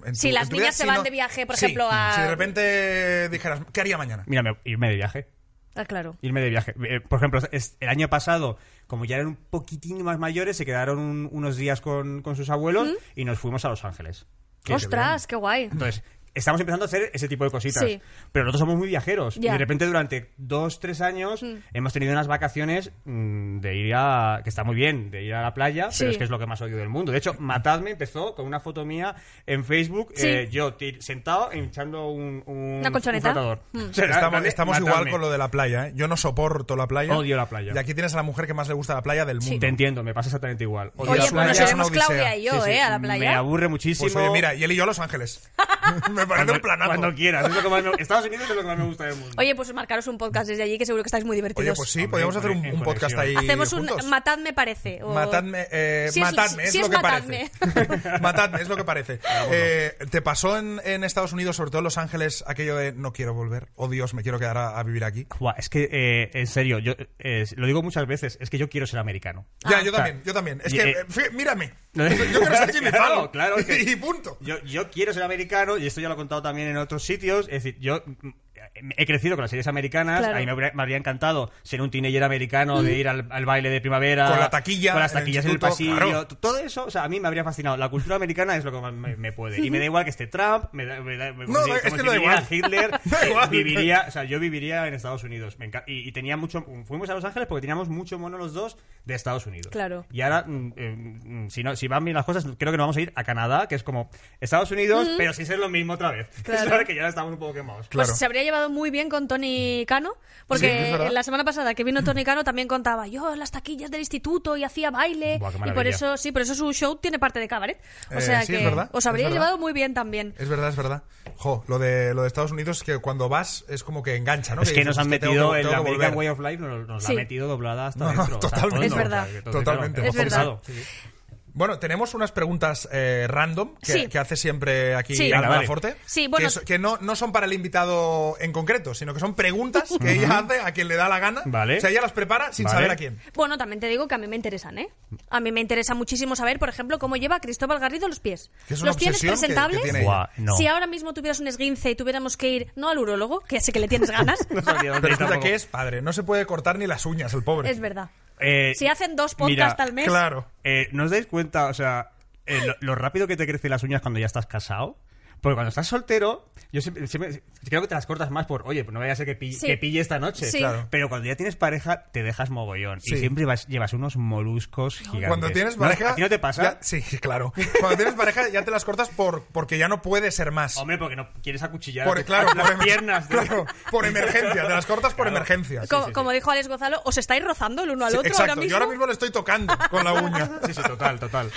Speaker 1: en
Speaker 2: Si
Speaker 1: tu-
Speaker 2: las
Speaker 1: en tu
Speaker 2: niñas se van
Speaker 1: no-
Speaker 2: de viaje, por
Speaker 1: Sí,
Speaker 2: ejemplo, a-
Speaker 1: Si de repente dijeras, ¿qué haría mañana?
Speaker 4: Mira, me- irme de viaje.
Speaker 2: Ah, claro.
Speaker 4: Irme de viaje. Eh, por ejemplo, es- el año pasado, como ya eran un poquitín más mayores, se quedaron un- unos días con, con sus abuelos y nos fuimos a Los Ángeles. Que-
Speaker 2: Ostras, qué guay.
Speaker 4: Entonces, estamos empezando a hacer ese tipo de cositas.
Speaker 2: Sí.
Speaker 4: Pero nosotros somos muy viajeros.
Speaker 2: Ya. Mm.
Speaker 4: Y de repente durante dos, tres años hemos tenido unas vacaciones mm, de ir a... que está muy bien, de ir a la playa,
Speaker 2: Sí.
Speaker 4: pero es que es lo que más odio del mundo. De hecho, Matadme empezó con una foto mía en Facebook,
Speaker 2: Sí.
Speaker 4: eh, yo ti- sentado hinchando un, un,
Speaker 2: Una colchoneta.
Speaker 4: un flotador.
Speaker 2: Mm.
Speaker 4: O sea,
Speaker 1: Estamos,
Speaker 4: dale,
Speaker 1: estamos
Speaker 4: matadme.
Speaker 1: igual con lo de la playa, ¿eh? Yo no soporto la playa.
Speaker 4: Odio la playa.
Speaker 1: Y aquí tienes a la mujer que más le gusta la playa del mundo.
Speaker 4: Te entiendo, me pasa exactamente igual.
Speaker 1: Y
Speaker 4: Odio
Speaker 2: Oye,
Speaker 1: la
Speaker 2: pues
Speaker 1: playa
Speaker 2: nos
Speaker 1: es una
Speaker 2: iremos
Speaker 1: odisea.
Speaker 2: Claudia y yo,
Speaker 4: Sí, sí,
Speaker 2: ¿eh? A la
Speaker 4: Me
Speaker 2: playa.
Speaker 4: aburre muchísimo.
Speaker 1: Pues oye, mira, y él y yo a Los Ángeles. Me parece
Speaker 4: cuando,
Speaker 1: un planazo.
Speaker 4: cuando quieras. Es lo que más me- Estados Unidos es lo que más me gusta del mundo.
Speaker 2: Oye, pues marcaros un podcast desde allí que seguro que estáis muy divertidos.
Speaker 1: Oye, pues sí,
Speaker 4: Hombre, e-
Speaker 1: podríamos hacer un,
Speaker 4: en
Speaker 1: un podcast ahí.
Speaker 4: conexión.
Speaker 2: Hacemos un
Speaker 1: juntos.
Speaker 2: matad me parece. o-
Speaker 1: Matadme, eh,
Speaker 2: Si es-
Speaker 1: matadme,
Speaker 2: si-
Speaker 1: es,
Speaker 2: si
Speaker 1: lo
Speaker 2: es
Speaker 1: que
Speaker 2: matadme.
Speaker 1: parece. matadme, es lo que parece. Eh, ¿Te pasó en, en Estados Unidos, sobre todo en Los Ángeles, aquello de no quiero volver? Oh Dios, me quiero quedar a, a vivir aquí.
Speaker 4: Buah, es que, eh, en serio, yo eh, lo digo muchas veces, es que yo quiero ser americano.
Speaker 1: ya,
Speaker 4: Ah.
Speaker 1: yo también, yo también. Es
Speaker 4: Y,
Speaker 1: que,
Speaker 4: eh,
Speaker 1: eh, fí- mírame. Yo quiero ser Jimmy
Speaker 4: Claro,
Speaker 1: Fallon.
Speaker 4: claro, es que-
Speaker 1: y punto.
Speaker 4: Yo, yo quiero ser americano, y esto ya lo he contado también en otros sitios. Es decir, yo mm, eh, he crecido con las series americanas.
Speaker 2: Claro. Mm.
Speaker 4: A mí me habría, me habría encantado ser un teenager americano, de ir al, al baile de primavera.
Speaker 1: Con la taquilla
Speaker 4: Con las
Speaker 1: en el
Speaker 4: taquillas en el,
Speaker 1: instituto,
Speaker 4: pasillo.
Speaker 1: claro.
Speaker 4: t- Todo eso, o sea, a mí me habría fascinado. La cultura americana es lo que más me, me puede. Y me da igual que esté Trump, me da, me da- me-
Speaker 1: No,
Speaker 4: como
Speaker 1: es
Speaker 4: si- como
Speaker 1: que
Speaker 4: si
Speaker 1: da
Speaker 4: viniera
Speaker 1: igual.
Speaker 4: Hitler.
Speaker 1: Da
Speaker 4: eh,
Speaker 1: igual.
Speaker 4: Viviría, o sea, yo viviría en Estados Unidos. Me enca- y, y tenía mucho. Fuimos a Los Ángeles porque teníamos mucho mono los dos de Estados Unidos.
Speaker 2: Claro.
Speaker 4: Y ahora, mm, eh, mm, si, no, si van bien las cosas, creo que nos vamos a ir a Canadá, que es como Estados Unidos, pero sin ser lo mismo otra vez.
Speaker 2: Claro.
Speaker 4: Es verdad que ya estamos un poco quemados.
Speaker 1: Claro.
Speaker 2: Pues se habría llevado muy bien con Tony Cano,
Speaker 1: Sí, es
Speaker 2: porque
Speaker 1: verdad.
Speaker 2: la semana pasada que vino Tony Cano también contaba yo en las taquillas del instituto y hacía baile
Speaker 4: Buah, qué
Speaker 2: y por
Speaker 4: maravilla.
Speaker 2: eso sí, por eso su show tiene parte de cabaret. O
Speaker 1: Eh,
Speaker 2: sea
Speaker 1: sí,
Speaker 2: que
Speaker 1: es verdad,
Speaker 2: os
Speaker 1: es
Speaker 2: habría
Speaker 1: verdad.
Speaker 2: llevado muy bien también.
Speaker 1: Es verdad, es verdad. Jo, lo de, lo de Estados Unidos es que cuando vas es como que engancha, ¿no?
Speaker 4: Es que
Speaker 1: dices,
Speaker 4: nos han
Speaker 1: "Hostia, tengo
Speaker 4: metido
Speaker 1: que-
Speaker 4: en
Speaker 1: tengo
Speaker 4: la
Speaker 1: que
Speaker 4: American
Speaker 1: volver".
Speaker 4: Way of Life, nos, nos
Speaker 2: Sí.
Speaker 4: la ha metido doblada hasta
Speaker 1: No,
Speaker 4: dentro. o sea,
Speaker 1: totalmente.
Speaker 4: todo,
Speaker 2: Es verdad.
Speaker 4: o sea, que entonces,
Speaker 1: Totalmente.
Speaker 4: claro,
Speaker 2: Es verdad.
Speaker 4: complicado. Sí, sí.
Speaker 1: Bueno, tenemos unas preguntas eh, random que,
Speaker 2: Sí.
Speaker 1: que hace siempre aquí
Speaker 2: Sí.
Speaker 1: Ana
Speaker 4: Venga, vale.
Speaker 1: Forte.
Speaker 2: Sí, bueno.
Speaker 1: Que, so- que no, no son para el invitado en concreto, sino que son preguntas que ella hace a quien le da la gana.
Speaker 4: Vale.
Speaker 1: O sea, ella las prepara sin
Speaker 4: Vale.
Speaker 1: saber a quién.
Speaker 2: Bueno, también te digo que a mí me interesan, ¿eh? A mí me interesa muchísimo saber, por ejemplo, cómo lleva Cristóbal Garrido los pies.
Speaker 1: Que es una
Speaker 2: ¿Los tienes
Speaker 1: obsesión que- que
Speaker 2: presentables?
Speaker 1: tiene ella.
Speaker 4: Buah, no.
Speaker 2: Si ahora mismo tuvieras un esguince y tuviéramos que ir, no al urólogo, que ya sé que le tienes ganas,
Speaker 4: No sabía dónde
Speaker 1: Pero
Speaker 4: ir
Speaker 1: escucha,
Speaker 4: tampoco.
Speaker 1: que es padre. No se puede cortar ni las uñas, el pobre.
Speaker 2: es verdad.
Speaker 4: Eh,
Speaker 2: Si hacen dos
Speaker 4: mira,
Speaker 2: podcasts al mes,
Speaker 1: Claro.
Speaker 4: Eh, ¿No os dais cuenta, o sea, eh, lo, lo rápido que te crecen las uñas cuando ya estás casado? Porque cuando estás soltero, yo siempre, siempre- creo que te las cortas más por, oye, pues no vaya a ser que, pi-
Speaker 2: Sí.
Speaker 4: que pille esta noche.
Speaker 2: Sí.
Speaker 1: Claro.
Speaker 4: Pero cuando ya tienes pareja, te dejas mogollón.
Speaker 1: Sí.
Speaker 4: Y siempre vas- llevas unos moluscos gigantes.
Speaker 1: Cuando tienes
Speaker 4: ¿No?
Speaker 1: pareja.
Speaker 4: ¿A ti no te pasa?
Speaker 1: ya- sí, claro. Cuando tienes pareja ya te las cortas por, porque ya no puede ser más.
Speaker 4: Hombre, porque no quieres acuchillar
Speaker 1: por,
Speaker 4: las-
Speaker 1: claro,
Speaker 4: las
Speaker 1: por emer-
Speaker 4: piernas. tío.
Speaker 1: claro, por emergencia. Te las cortas por emergencia.
Speaker 2: co- como dijo Alex Gonzalo, os estáis rozando el uno al
Speaker 1: Sí,
Speaker 2: otro
Speaker 1: exacto.
Speaker 2: ahora mismo.
Speaker 1: Yo ahora mismo le estoy tocando con la uña.
Speaker 4: Sí, sí, total, total.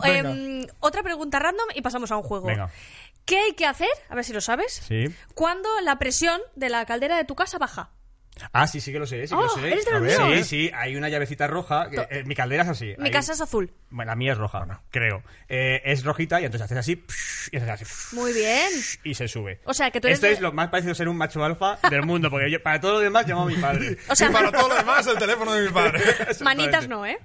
Speaker 1: Venga.
Speaker 2: Em, otra pregunta random y pasamos a un juego.
Speaker 4: Venga.
Speaker 2: ¿Qué hay que hacer? A ver si lo sabes.
Speaker 4: Sí.
Speaker 2: Cuando la presión de la caldera de tu casa baja.
Speaker 4: Ah, sí, sí que lo sé, sí que
Speaker 2: Oh,
Speaker 4: lo sé.
Speaker 2: eres de los
Speaker 4: A ver.
Speaker 2: míos.
Speaker 4: sí, sí, hay una llavecita roja. que- eh, mi caldera es así.
Speaker 2: Mi
Speaker 4: ahí-
Speaker 2: casa es azul.
Speaker 4: Bueno, la mía es roja, creo. Eh, es rojita y entonces haces así psh, y haces así psh,
Speaker 2: Muy bien.
Speaker 4: y se sube.
Speaker 2: O sea, que tú eres
Speaker 4: Esto
Speaker 2: de-
Speaker 4: es lo más parecido a ser un macho alfa del mundo, porque yo, para todo lo demás llamo a mi padre.
Speaker 2: O sea,
Speaker 1: y para todo lo demás, el teléfono de mi padre.
Speaker 2: manitas no, ¿eh?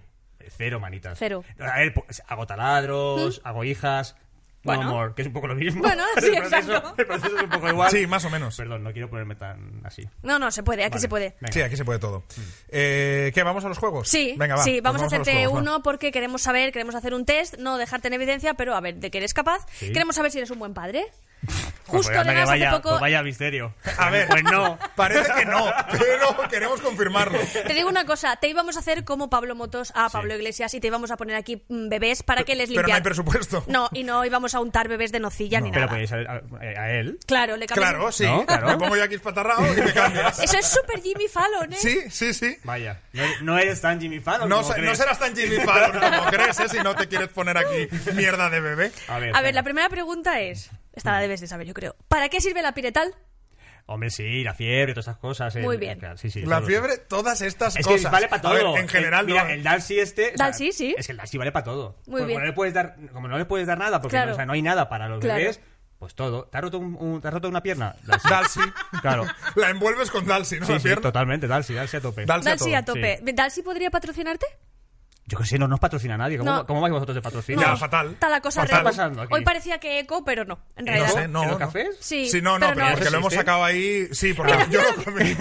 Speaker 4: Cero manitas.
Speaker 2: Cero. ¿Mm?
Speaker 4: A ver, pues, hago taladros, hago hijas.
Speaker 2: Bueno.
Speaker 4: No, amor, que es un poco lo mismo.
Speaker 2: Bueno, sí,
Speaker 4: el proceso,
Speaker 2: exacto.
Speaker 4: El proceso es un poco igual.
Speaker 1: Sí, más o menos.
Speaker 4: Perdón, no quiero ponerme tan así.
Speaker 2: No, no, se puede, aquí
Speaker 4: Vale.
Speaker 2: se puede.
Speaker 4: Venga.
Speaker 1: Sí, aquí se puede todo. Eh, ¿Qué? ¿Vamos a los juegos?
Speaker 2: Mm. Sí,
Speaker 1: Venga, va,
Speaker 2: sí,
Speaker 1: pues
Speaker 2: vamos, a
Speaker 1: los
Speaker 2: hacerte
Speaker 1: juegos, va.
Speaker 2: uno porque queremos saber, queremos hacer un test, no dejarte en evidencia, pero a ver de qué eres capaz.
Speaker 4: Sí.
Speaker 2: Queremos saber si eres un buen padre.
Speaker 4: Pues
Speaker 2: Justo
Speaker 4: anda que
Speaker 2: además
Speaker 4: vaya,
Speaker 2: hace poco
Speaker 4: pues vaya misterio.
Speaker 1: A ver.
Speaker 4: Pues no.
Speaker 1: Parece que no, pero queremos confirmarlo.
Speaker 2: Te digo una cosa, te íbamos a hacer como Pablo Motos a Pablo Iglesias y te íbamos a poner aquí mm, bebés para que les
Speaker 1: Pero no hay
Speaker 2: limpiaran.
Speaker 1: presupuesto. pues,
Speaker 2: No, y no íbamos a untar bebés de nocilla ni
Speaker 4: Pero
Speaker 2: nada.
Speaker 4: podéis a, a- a él.
Speaker 2: Claro, le cambias-
Speaker 1: Claro, sí.
Speaker 4: No, claro.
Speaker 1: Me pongo yo aquí espatarrado y me cambias.
Speaker 2: Eso es super Jimmy Fallon, ¿eh?
Speaker 1: Sí, sí, sí.
Speaker 4: Vaya. No, no eres tan Jimmy Fallon.
Speaker 1: No,
Speaker 4: como
Speaker 1: se- no
Speaker 4: crees.
Speaker 1: serás tan Jimmy Fallon como crees, ¿eh? Si no te quieres poner aquí mierda de bebé.
Speaker 4: A ver,
Speaker 2: A ver,
Speaker 4: venga.
Speaker 2: la primera pregunta es, esta
Speaker 1: Mm.
Speaker 2: la debes de saber, yo creo. ¿Para qué sirve la piretal?
Speaker 4: Hombre, sí, la fiebre, todas esas cosas. el-
Speaker 2: Muy bien.
Speaker 4: claro, sí, sí,
Speaker 1: La
Speaker 4: todo.
Speaker 1: fiebre, todas estas
Speaker 4: Es que
Speaker 1: cosas.
Speaker 4: vale para
Speaker 1: A ver,
Speaker 4: todo.
Speaker 1: en general,
Speaker 4: el, mira,
Speaker 1: no.
Speaker 4: el Dalsy este. o sea,
Speaker 2: Dalsy, sí.
Speaker 4: Es que el Dalsy vale para todo.
Speaker 2: Muy
Speaker 4: Como
Speaker 2: bien.
Speaker 4: No le puedes dar, como no le puedes dar nada, porque
Speaker 2: Claro.
Speaker 4: no, o sea, no hay nada para los
Speaker 2: Claro.
Speaker 4: bebés, Pues todo. ¿Te has roto, un- un- te has roto una pierna? Dalsy.
Speaker 1: Dalsy.
Speaker 4: Claro.
Speaker 1: La envuelves con Dalsy, ¿no?
Speaker 4: Sí,
Speaker 1: La
Speaker 4: sí,
Speaker 1: pierna.
Speaker 4: totalmente. Dalsy, Dalsy a tope.
Speaker 1: Dalsy a
Speaker 2: Dalsi a
Speaker 1: todo.
Speaker 2: tope. ¿Dalsi podría patrocinarte?
Speaker 4: Yo que sé, no nos patrocina nadie. ¿Cómo,
Speaker 2: No.
Speaker 4: cómo vais vosotros de patrocinio?
Speaker 1: Ya, fatal.
Speaker 2: Está la cosa
Speaker 1: Fatal.
Speaker 2: rara.
Speaker 4: ¿Qué está pasando aquí?
Speaker 2: Hoy parecía que eco, pero no. En
Speaker 1: Eh, No
Speaker 2: realidad.
Speaker 1: sé, no.
Speaker 4: ¿En los
Speaker 1: no.
Speaker 4: cafés?
Speaker 2: Sí,
Speaker 1: Sí, no, no,
Speaker 2: pero
Speaker 1: pero,
Speaker 2: no.
Speaker 1: porque lo hemos
Speaker 4: ¿Existe?
Speaker 1: sacado ahí. Sí, porque yo lo comí.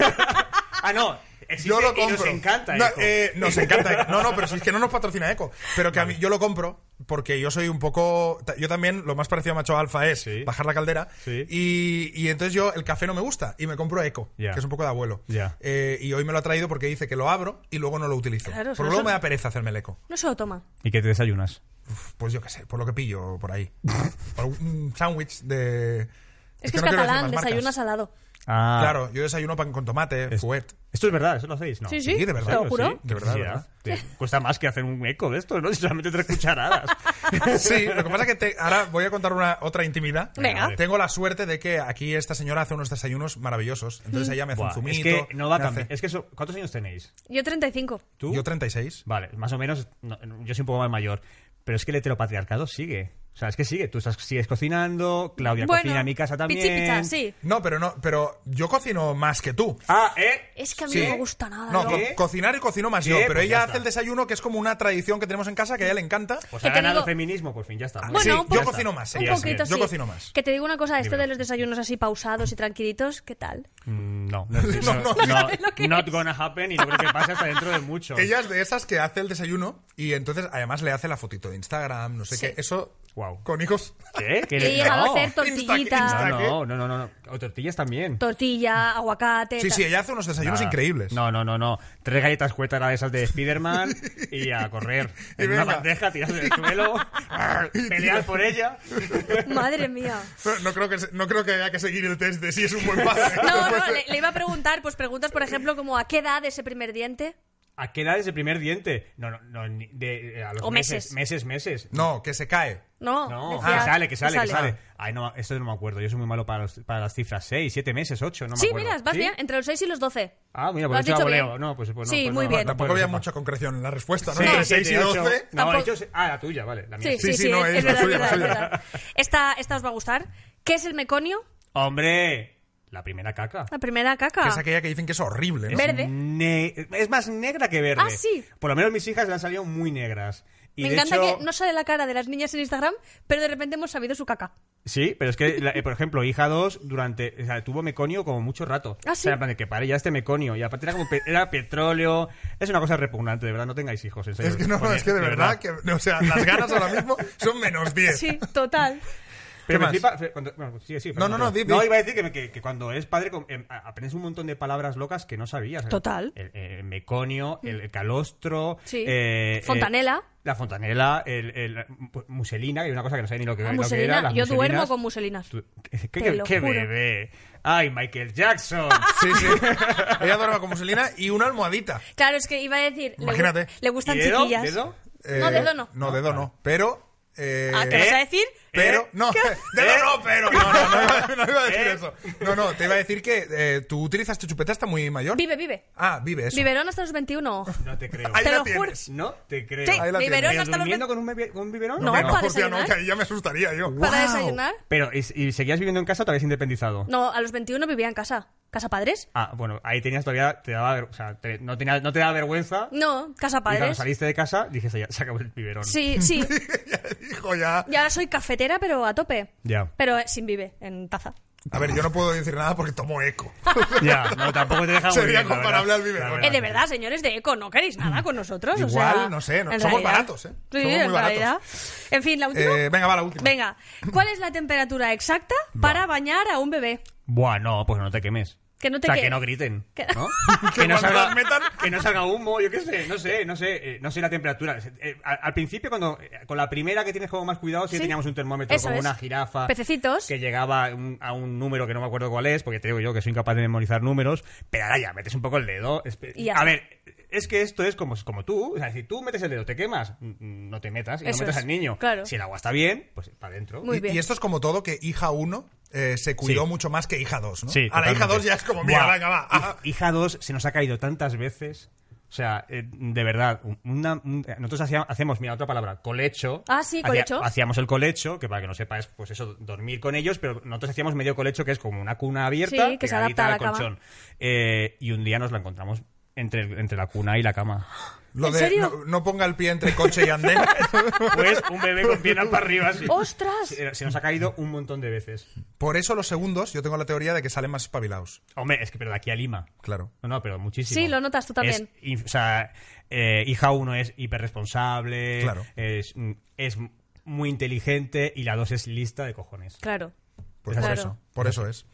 Speaker 4: Ah, no. Existe
Speaker 1: Yo lo
Speaker 4: y
Speaker 1: compro.
Speaker 4: Nos encanta
Speaker 1: No,
Speaker 4: Eco.
Speaker 1: eh, nos encanta. Eco. No, no, pero si es que no nos patrocina Eco. Pero que a mí yo lo compro porque yo soy un poco. ta- Yo también lo más parecido a Macho Alfa es
Speaker 4: Sí.
Speaker 1: bajar la caldera.
Speaker 4: Sí.
Speaker 1: Y, y entonces yo el café no me gusta y me compro Eco,
Speaker 4: Ya.
Speaker 1: que es un poco de abuelo.
Speaker 4: Ya.
Speaker 1: Eh, y hoy me lo ha traído porque dice que lo abro y luego no lo utilizo.
Speaker 2: Claro,
Speaker 1: por
Speaker 2: eso-
Speaker 1: luego me da pereza hacerme el Eco.
Speaker 2: No se lo toma.
Speaker 4: ¿Y qué te desayunas?
Speaker 1: Uf, Pues yo qué sé, por lo que pillo por ahí. por un sándwich de.
Speaker 2: Es que es
Speaker 1: no quiero decir
Speaker 2: catalán,
Speaker 1: más marcas.
Speaker 2: desayuna salado.
Speaker 4: Ah.
Speaker 1: Claro, yo desayuno pan con tomate,
Speaker 4: Es-
Speaker 1: fuet.
Speaker 4: Esto es verdad, eso lo hacéis, ¿no?
Speaker 2: Sí, sí,
Speaker 1: Sí, de verdad.
Speaker 2: te lo juro.
Speaker 1: Sí, de verdad, de verdad.
Speaker 4: Te- Cuesta más que hacer un eco de esto, ¿no? Si solamente tres cucharadas.
Speaker 1: Ah, Sí, lo que pasa es que te- ahora voy a contar una otra intimidad.
Speaker 2: Venga.
Speaker 1: Tengo la suerte de que aquí esta señora hace unos desayunos maravillosos.
Speaker 2: Mm.
Speaker 1: Entonces ella me hace
Speaker 4: Buah,
Speaker 1: un zumito.
Speaker 4: es que no va a
Speaker 1: me hace-
Speaker 4: cambiar. Es que eso, ¿cuántos años tenéis?
Speaker 2: Yo 35.
Speaker 4: ¿Tú?
Speaker 1: Yo 36.
Speaker 4: Vale, más o menos, no, yo soy un poco más mayor. Pero es que el heteropatriarcado sigue. O sea, es que sigue. Tú estás, sigues cocinando, Claudia
Speaker 2: bueno,
Speaker 4: cocina en mi casa también.
Speaker 2: Pichi picha, sí.
Speaker 1: No, pero no, pero yo cocino más que tú.
Speaker 4: Ah, ¿eh?
Speaker 2: Es que a mí
Speaker 1: Sí.
Speaker 2: no me gusta nada.
Speaker 1: No,
Speaker 2: ¿no?
Speaker 1: co-
Speaker 4: ¿Qué?
Speaker 1: cocinar y cocino más
Speaker 4: ¿Qué?
Speaker 1: yo. Pero
Speaker 4: Pues ya
Speaker 1: ella
Speaker 4: está.
Speaker 1: hace el desayuno que es como una tradición que tenemos en casa que a ella le encanta.
Speaker 4: Pues
Speaker 2: Que
Speaker 4: ha
Speaker 2: te
Speaker 4: ganado
Speaker 2: digo- Ah,
Speaker 4: feminismo, por fin, ya está.
Speaker 1: sí,
Speaker 2: Bueno, un poco-
Speaker 1: yo cocino más.
Speaker 2: Un
Speaker 1: sí,
Speaker 4: Ya está.
Speaker 2: poquito,
Speaker 1: Yo
Speaker 2: sí.
Speaker 1: cocino más.
Speaker 2: Que te digo una cosa, esto
Speaker 4: Dímelo.
Speaker 2: de los desayunos así pausados y tranquilitos, ¿qué tal?
Speaker 4: Mm, No, no, no,
Speaker 1: No, no,
Speaker 4: no,
Speaker 2: ¿sabes lo que
Speaker 4: not
Speaker 2: es?
Speaker 4: gonna happen y no creo que pase hasta dentro de mucho.
Speaker 1: Ella es de esas que hace el desayuno y entonces además le hace la fotito de Instagram, no sé
Speaker 2: Sí.
Speaker 1: qué. Eso,
Speaker 4: Guau.
Speaker 1: con hijos.
Speaker 4: ¿Qué? ¿Qué
Speaker 2: He
Speaker 4: le-
Speaker 2: llegado
Speaker 4: no.
Speaker 2: a hacer tortillitas,
Speaker 1: Insta- Insta-
Speaker 4: No, no, no, no, no. O tortillas también.
Speaker 2: tortilla, aguacate.
Speaker 1: Sí,
Speaker 2: tal.
Speaker 1: sí, ella hace unos desayunos
Speaker 4: Nada.
Speaker 1: increíbles.
Speaker 4: Ah. No, no, no, no. Tres galletas cuétara de esas de Spiderman y a correr.
Speaker 1: Y
Speaker 4: en una
Speaker 1: venga.
Speaker 4: bandeja, tirarse del suelo, arr, pelear por ella.
Speaker 2: Madre mía.
Speaker 1: No, no creo que, se- no creo que haya que seguir el test de si es un buen padre.
Speaker 2: No, no, le, le iba a preguntar, pues preguntas, por ejemplo, como ¿a qué edad ese primer diente?
Speaker 4: ¿A qué edad es el primer diente? No, no, no. ni- de- eh, a los
Speaker 2: O meses.
Speaker 4: Meses, meses.
Speaker 1: No, que se cae.
Speaker 2: No,
Speaker 4: No,
Speaker 2: decía-
Speaker 4: que Ah, sale, que sale, que sale. Ay, no, esto no me acuerdo. Yo soy muy malo para, los- para las cifras. Seis, siete meses, ocho, no me
Speaker 2: Sí,
Speaker 4: acuerdo.
Speaker 2: mira, vas
Speaker 4: ¿Sí?
Speaker 2: bien, entre los 6 y los 12.
Speaker 4: Ah, mira,
Speaker 2: Lo
Speaker 4: pues
Speaker 2: has
Speaker 4: yo
Speaker 2: dicho
Speaker 4: voleo.
Speaker 2: bien.
Speaker 4: No, pues, pues no,
Speaker 2: Sí,
Speaker 4: pues
Speaker 2: muy
Speaker 4: no,
Speaker 2: bien.
Speaker 4: no
Speaker 1: Tampoco
Speaker 4: puedo
Speaker 1: había
Speaker 4: que sepa.
Speaker 1: mucha concreción en la respuesta, ¿no?
Speaker 4: Sí,
Speaker 1: Entre
Speaker 4: siete,
Speaker 1: 6 y
Speaker 4: ocho.
Speaker 1: 12.
Speaker 4: No,
Speaker 2: Tampoco-
Speaker 4: he dicho se- Ah, la tuya, vale. La mía.
Speaker 2: Sí, sí, sí,
Speaker 1: sí, no,
Speaker 2: es,
Speaker 1: es la
Speaker 2: verdad,
Speaker 1: suya,
Speaker 2: es
Speaker 1: la
Speaker 2: verdad,
Speaker 1: suya.
Speaker 2: es verdad. Esta, esta os va a gustar. ¿Qué es el meconio?
Speaker 4: Hombre, la primera caca.
Speaker 2: La primera
Speaker 1: Que
Speaker 2: caca.
Speaker 1: es aquella que dicen que es horrible, ¿no?
Speaker 2: Ver- Verde.
Speaker 4: Ne- es más negra que verde.
Speaker 2: Ah, sí.
Speaker 4: Por lo menos mis hijas le han salido muy negras. Y
Speaker 2: Me
Speaker 4: de
Speaker 2: encanta
Speaker 4: hecho-
Speaker 2: que no sale la cara de las niñas en Instagram, pero de repente hemos sabido su caca.
Speaker 4: Sí, pero es que, la- eh, por ejemplo, hija 2 durante, o sea, tuvo meconio como mucho rato.
Speaker 2: Ah,
Speaker 4: O sea,
Speaker 2: sí.
Speaker 4: en plan de que pare ya este meconio. Y aparte era como pe- era petróleo. Es una cosa repugnante, de verdad, no tengáis hijos, en serio.
Speaker 1: Es que no,
Speaker 4: Joder,
Speaker 1: es que de verdad, que, no, o sea, las ganas ahora mismo son menos 10.
Speaker 2: Sí, total.
Speaker 4: Pero
Speaker 1: ¿Qué más?
Speaker 4: me flipa- fe- cuando- bueno, sí, sí,
Speaker 1: No, no, no, di,
Speaker 4: No,
Speaker 1: di.
Speaker 4: iba a decir que, que- que cuando eres padre com- em, a- aprendes un montón de palabras locas que no sabías.
Speaker 2: Total. Mm.
Speaker 4: El, eh, el meconio, el calostro.
Speaker 2: Sí.
Speaker 4: eh,
Speaker 2: Fontanela.
Speaker 4: eh, la fontanela, el, el- pues, muselina, que hay una cosa que no sé ni lo que,
Speaker 2: Ah,
Speaker 4: lo que
Speaker 2: muselina.
Speaker 4: era. las
Speaker 2: Yo
Speaker 4: muselinas.
Speaker 2: duermo con muselinas.
Speaker 4: Tú- ¿Qué,
Speaker 2: Te
Speaker 4: qué-
Speaker 2: lo
Speaker 4: qué
Speaker 2: juro.
Speaker 4: bebé? ¡Ay, Michael Jackson!
Speaker 1: Sí, sí. Ella duerme con muselina y una almohadita.
Speaker 2: Claro, es que iba a decir. le gu-
Speaker 1: Imagínate.
Speaker 2: Le, gustan
Speaker 4: ¿Y dedo?
Speaker 2: chiquillas.
Speaker 4: ¿Dedo? Eh,
Speaker 2: No, dedo no.
Speaker 1: Eh, No, dedo no. Pero. eh,
Speaker 2: Ah, ¿te vas a decir?
Speaker 1: Pero,
Speaker 4: ¿Eh?
Speaker 1: no,
Speaker 4: ¿Qué?
Speaker 1: dedo
Speaker 4: ¿Eh?
Speaker 1: no, pero. No, no, no, iba, no iba a decir
Speaker 4: ¿Eh?
Speaker 1: eso. No, no, te iba a decir que eh, tú utilizas tu chupeta hasta muy mayor.
Speaker 2: Vive, vive.
Speaker 1: Ah, vive eso.
Speaker 2: Biberón hasta los 21.
Speaker 4: No te creo.
Speaker 1: Ahí
Speaker 2: Te
Speaker 1: la
Speaker 2: lo juro.
Speaker 1: tienes.
Speaker 4: No te creo.
Speaker 2: Sí,
Speaker 1: Ahí la tienes.
Speaker 2: biberón
Speaker 4: ¿Pero
Speaker 2: hasta los 20.
Speaker 4: durmiendo con un, bebé- con un biberón?
Speaker 2: No,
Speaker 1: Hombre,
Speaker 2: para
Speaker 1: hostia, no,
Speaker 2: desayunar.
Speaker 1: que ahí ya me asustaría yo.
Speaker 2: Para desayunar.
Speaker 4: Pero, ¿y, y seguías viviendo en casa o te habías independizado?
Speaker 2: No, a los 21 vivía en casa. ¿Casa padres?
Speaker 4: Ah, bueno, ahí tenías todavía, te daba, ver- o sea, te- no, tenía- no te daba vergüenza.
Speaker 2: No, casa
Speaker 4: Y cuando
Speaker 2: padres.
Speaker 4: saliste de casa, dijiste, ya, se acabó el biberón.
Speaker 2: Sí, sí.
Speaker 1: Hijo, ya.
Speaker 2: Y ahora soy cafetera, pero a tope.
Speaker 4: Ya.
Speaker 2: Pero eh, sin vive, en taza.
Speaker 1: A ver, yo no puedo decir nada porque tomo eco.
Speaker 4: Ya, no, tampoco te deja muy
Speaker 1: Sería
Speaker 4: bien, la
Speaker 1: comparable
Speaker 4: verdad.
Speaker 1: al biberón.
Speaker 4: La
Speaker 2: Eh, de verdad, señores de Eco, no queréis nada con nosotros. o
Speaker 1: Igual,
Speaker 2: sea,
Speaker 1: no sé, no-
Speaker 2: en
Speaker 1: somos baratos, ¿eh?
Speaker 2: Sí,
Speaker 1: Somos muy
Speaker 2: en
Speaker 1: baratos.
Speaker 2: realidad. En fin, la última.
Speaker 1: Eh, venga, va la última.
Speaker 2: Venga, ¿cuál es la temperatura exacta para bañar a un bebé?
Speaker 4: Buah, no, pues no te quemes.
Speaker 2: Que no te
Speaker 4: o sea,
Speaker 2: quemes.
Speaker 4: que no griten.
Speaker 2: Que-
Speaker 4: ¿no?
Speaker 1: Que cuando las metan-
Speaker 4: que no salga humo, yo qué sé, no sé, no sé, eh, no sé la temperatura. Eh, al, al principio, cuando eh, con la primera que tienes como más cuidado, sí,
Speaker 2: Sí.
Speaker 4: teníamos un termómetro
Speaker 2: Eso
Speaker 4: como
Speaker 2: es.
Speaker 4: una jirafa.
Speaker 2: Pececitos.
Speaker 4: Que llegaba un- a un número que no me acuerdo cuál es, porque te digo yo que soy incapaz de memorizar números. Pero ahora ya, metes un poco el dedo. espe-
Speaker 2: Y ya está.
Speaker 4: a ver, es que esto es como, como tú. O sea, si tú metes el dedo, te quemas, mm, mm, no te metas y
Speaker 2: Eso
Speaker 4: no metas
Speaker 2: es,
Speaker 4: al niño.
Speaker 2: claro.
Speaker 4: Si el agua está bien, pues para adentro.
Speaker 2: Muy
Speaker 1: y,
Speaker 2: bien.
Speaker 1: y esto es como todo que hija 1 eh, se cuidó
Speaker 4: Sí.
Speaker 1: mucho más que hija 2, ¿no?
Speaker 4: Sí,
Speaker 1: a la hija
Speaker 4: totalmente.
Speaker 1: 2 ya es como, mira,
Speaker 4: Buah,
Speaker 1: venga, va.
Speaker 4: hij- Hija 2 se nos ha caído tantas veces. O sea, eh, de verdad, una- un- nosotros hacía- hacemos, mira, otra palabra, colecho.
Speaker 2: Ah, sí,
Speaker 4: Hacía-
Speaker 2: colecho.
Speaker 4: hacíamos el colecho, que para que no sepas, pues eso, dormir con ellos, pero nosotros hacíamos medio colecho, que es como una cuna abierta,
Speaker 2: Sí, que se adapta
Speaker 4: pegadita
Speaker 2: a la
Speaker 4: al
Speaker 2: cama.
Speaker 4: colchón. Eh, y un día nos la encontramos entre, entre la cuna y la cama.
Speaker 1: Lo
Speaker 2: ¿En
Speaker 1: de
Speaker 2: serio?
Speaker 1: No, no ponga el pie entre coche y andén.
Speaker 4: Pues un bebé con piernas para arriba, sí.
Speaker 2: ¡Ostras!
Speaker 4: Se, se nos ha caído un montón de veces.
Speaker 1: Por eso los segundos, yo tengo la teoría de que salen más espabilados.
Speaker 4: Hombre, es que pero de aquí a Lima.
Speaker 1: Claro.
Speaker 4: No, no, pero muchísimo.
Speaker 2: Sí, lo notas tú también.
Speaker 4: Es in- o sea, eh, hija uno es hiperresponsable,
Speaker 1: Claro.
Speaker 4: es, mm, es muy inteligente y la dos es lista de cojones.
Speaker 2: Claro.
Speaker 1: Pues
Speaker 2: Claro.
Speaker 1: por eso. Por eso es.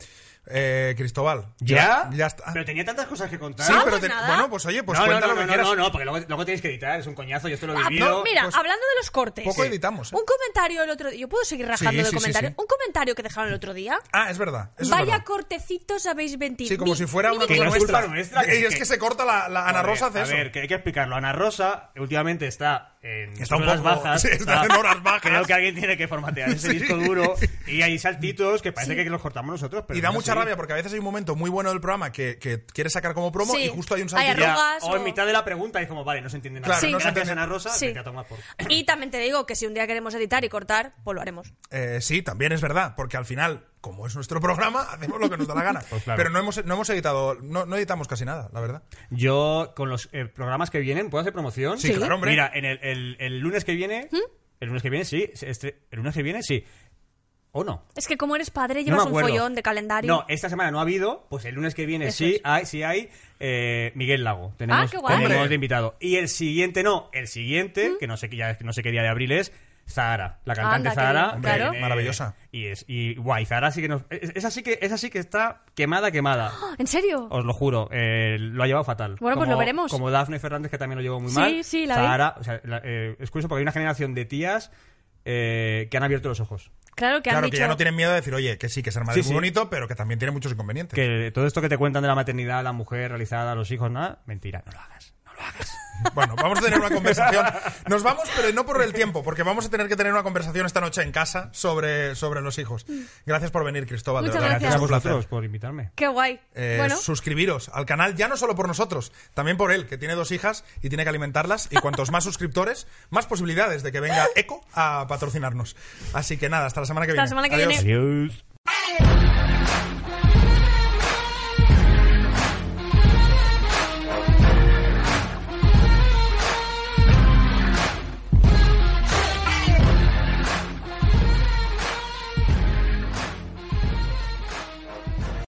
Speaker 1: Eh, Cristóbal.
Speaker 4: ¿Ya?
Speaker 1: Ya está.
Speaker 4: Pero tenía tantas cosas que contar.
Speaker 1: Sí,
Speaker 2: Ah,
Speaker 1: pero
Speaker 2: pues nada.
Speaker 1: bueno, pues oye, pues
Speaker 4: no, no,
Speaker 1: cuenta
Speaker 4: no,
Speaker 1: lo que
Speaker 4: no,
Speaker 1: quieras.
Speaker 4: no, no, porque luego, luego tienes que editar, es un coñazo, yo esto lo he
Speaker 2: Ah,
Speaker 4: vivido.
Speaker 2: pues mira,
Speaker 1: pues-
Speaker 2: hablando de los cortes.
Speaker 1: Poco editamos, ¿eh?
Speaker 2: Un comentario el otro día. Yo puedo seguir rajando
Speaker 1: Sí,
Speaker 2: de
Speaker 1: sí, sí,
Speaker 2: comentarios.
Speaker 1: sí.
Speaker 2: Un comentario que dejaron el otro día.
Speaker 1: Ah, es verdad. eso es
Speaker 2: Vaya
Speaker 1: verdad.
Speaker 2: cortecitos habéis vendido.
Speaker 1: Sí, como
Speaker 2: Mi-
Speaker 1: si fuera
Speaker 2: mi-
Speaker 1: una
Speaker 4: Que
Speaker 1: cosa
Speaker 4: no es
Speaker 1: nuestra.
Speaker 4: culpa nuestra, que
Speaker 1: Eh,
Speaker 4: sí
Speaker 1: es
Speaker 4: que-
Speaker 1: que se corta la, la Ana
Speaker 4: Joder,
Speaker 1: Rosa hace
Speaker 4: a
Speaker 1: eso.
Speaker 4: ver, que hay que explicarlo. Ana Rosa eh, últimamente está en
Speaker 1: Está un
Speaker 4: horas
Speaker 1: poco-
Speaker 4: bajas.
Speaker 1: sí, está en horas bajas.
Speaker 4: Creo que alguien tiene que formatear ese
Speaker 1: Sí.
Speaker 4: disco duro. Y hay saltitos que parece que los cortamos nosotros. Pero
Speaker 1: Y da
Speaker 4: no es
Speaker 1: mucha
Speaker 4: así.
Speaker 1: rabia porque a veces hay un momento muy bueno del programa que, que quieres sacar como promo
Speaker 2: Sí.
Speaker 1: y justo hay un
Speaker 2: Hay
Speaker 1: saltito.
Speaker 4: Ya,
Speaker 2: Arrugas
Speaker 4: o en
Speaker 2: o-
Speaker 4: mitad de la pregunta es como, vale, no se entiende nada.
Speaker 1: Claro,
Speaker 2: Sí. no se
Speaker 4: Gracias,
Speaker 1: entiende.
Speaker 4: Ana Rosa,
Speaker 2: Sí.
Speaker 4: vete a tomar por...
Speaker 2: Y también te digo que si un día queremos editar y cortar, pues lo haremos.
Speaker 1: Eh, sí, también es verdad, porque al final, como es nuestro programa, hacemos lo que nos da la gana.
Speaker 4: Pues claro.
Speaker 1: Pero no hemos, no hemos editado, no, no editamos casi nada, la verdad.
Speaker 4: Yo, con los eh, programas que vienen, ¿puedo hacer promoción?
Speaker 1: Sí, Sí. claro, hombre.
Speaker 4: Mira, en el, el- el lunes que viene... El lunes que viene, sí. este- el lunes que viene, sí. ¿O no?
Speaker 2: Es que como eres padre,
Speaker 4: No me
Speaker 2: llevas un
Speaker 4: acuerdo.
Speaker 2: follón de calendario.
Speaker 4: No, esta semana no ha habido, pues el lunes que viene
Speaker 2: Eso
Speaker 4: sí
Speaker 2: es.
Speaker 4: hay, sí hay eh, Miguel Lago. Tenemos,
Speaker 2: Ah, qué guay. ¿Mm?
Speaker 4: tenemos
Speaker 1: Hombre.
Speaker 4: de invitado. Y el siguiente no, el siguiente, que no sé qué ya- no sé qué día de abril es. Zahara, la cantante
Speaker 2: Anda, qué
Speaker 4: Zahara.
Speaker 2: bien, Hombre, claro.
Speaker 4: eh,
Speaker 1: maravillosa.
Speaker 4: Y es y guay, Zahara sí que nos es- esa sí que esa sí que está quemada quemada.
Speaker 1: eh,
Speaker 2: ¿En serio?
Speaker 4: Os lo juro, eh, lo ha llevado fatal.
Speaker 2: Bueno, pues lo veremos.
Speaker 4: Como Dafne Fernández, que también lo llevó muy
Speaker 2: Sí,
Speaker 4: mal.
Speaker 2: sí, la vi.
Speaker 4: Zahara, o sea, la- eh, es curioso porque hay una generación de tías eh, que han abierto los ojos.
Speaker 2: Claro que han
Speaker 1: claro,
Speaker 2: dicho.
Speaker 1: que ya no tienen miedo de decir, oye, que sí, que ser madre
Speaker 4: Sí,
Speaker 1: es muy
Speaker 4: sí.
Speaker 1: bonito, pero que también tiene muchos inconvenientes.
Speaker 4: Que todo esto que te cuentan de la maternidad, la mujer realizada, los hijos, nada, mentira, no lo hagas.
Speaker 1: Bueno, vamos a tener una conversación. Nos vamos, pero no por el tiempo, porque vamos a tener que tener una conversación esta noche en casa sobre, sobre los hijos. Gracias por venir, Cristóbal. de
Speaker 2: Mm. Muchas
Speaker 1: verdad,
Speaker 2: Gracias
Speaker 4: Gracias
Speaker 1: ha
Speaker 4: a
Speaker 1: sido un placer.
Speaker 4: vosotros por invitarme.
Speaker 2: Qué guay.
Speaker 1: Eh,
Speaker 2: bueno,
Speaker 1: Suscribiros al canal, ya no solo por nosotros, también por él, que tiene dos hijas y tiene que alimentarlas. Y cuantos más suscriptores, más posibilidades de que venga Eco a patrocinarnos. Así que nada, hasta la semana que
Speaker 2: Hasta la
Speaker 1: viene.
Speaker 2: semana que
Speaker 1: Adiós.
Speaker 2: viene.
Speaker 4: Adiós.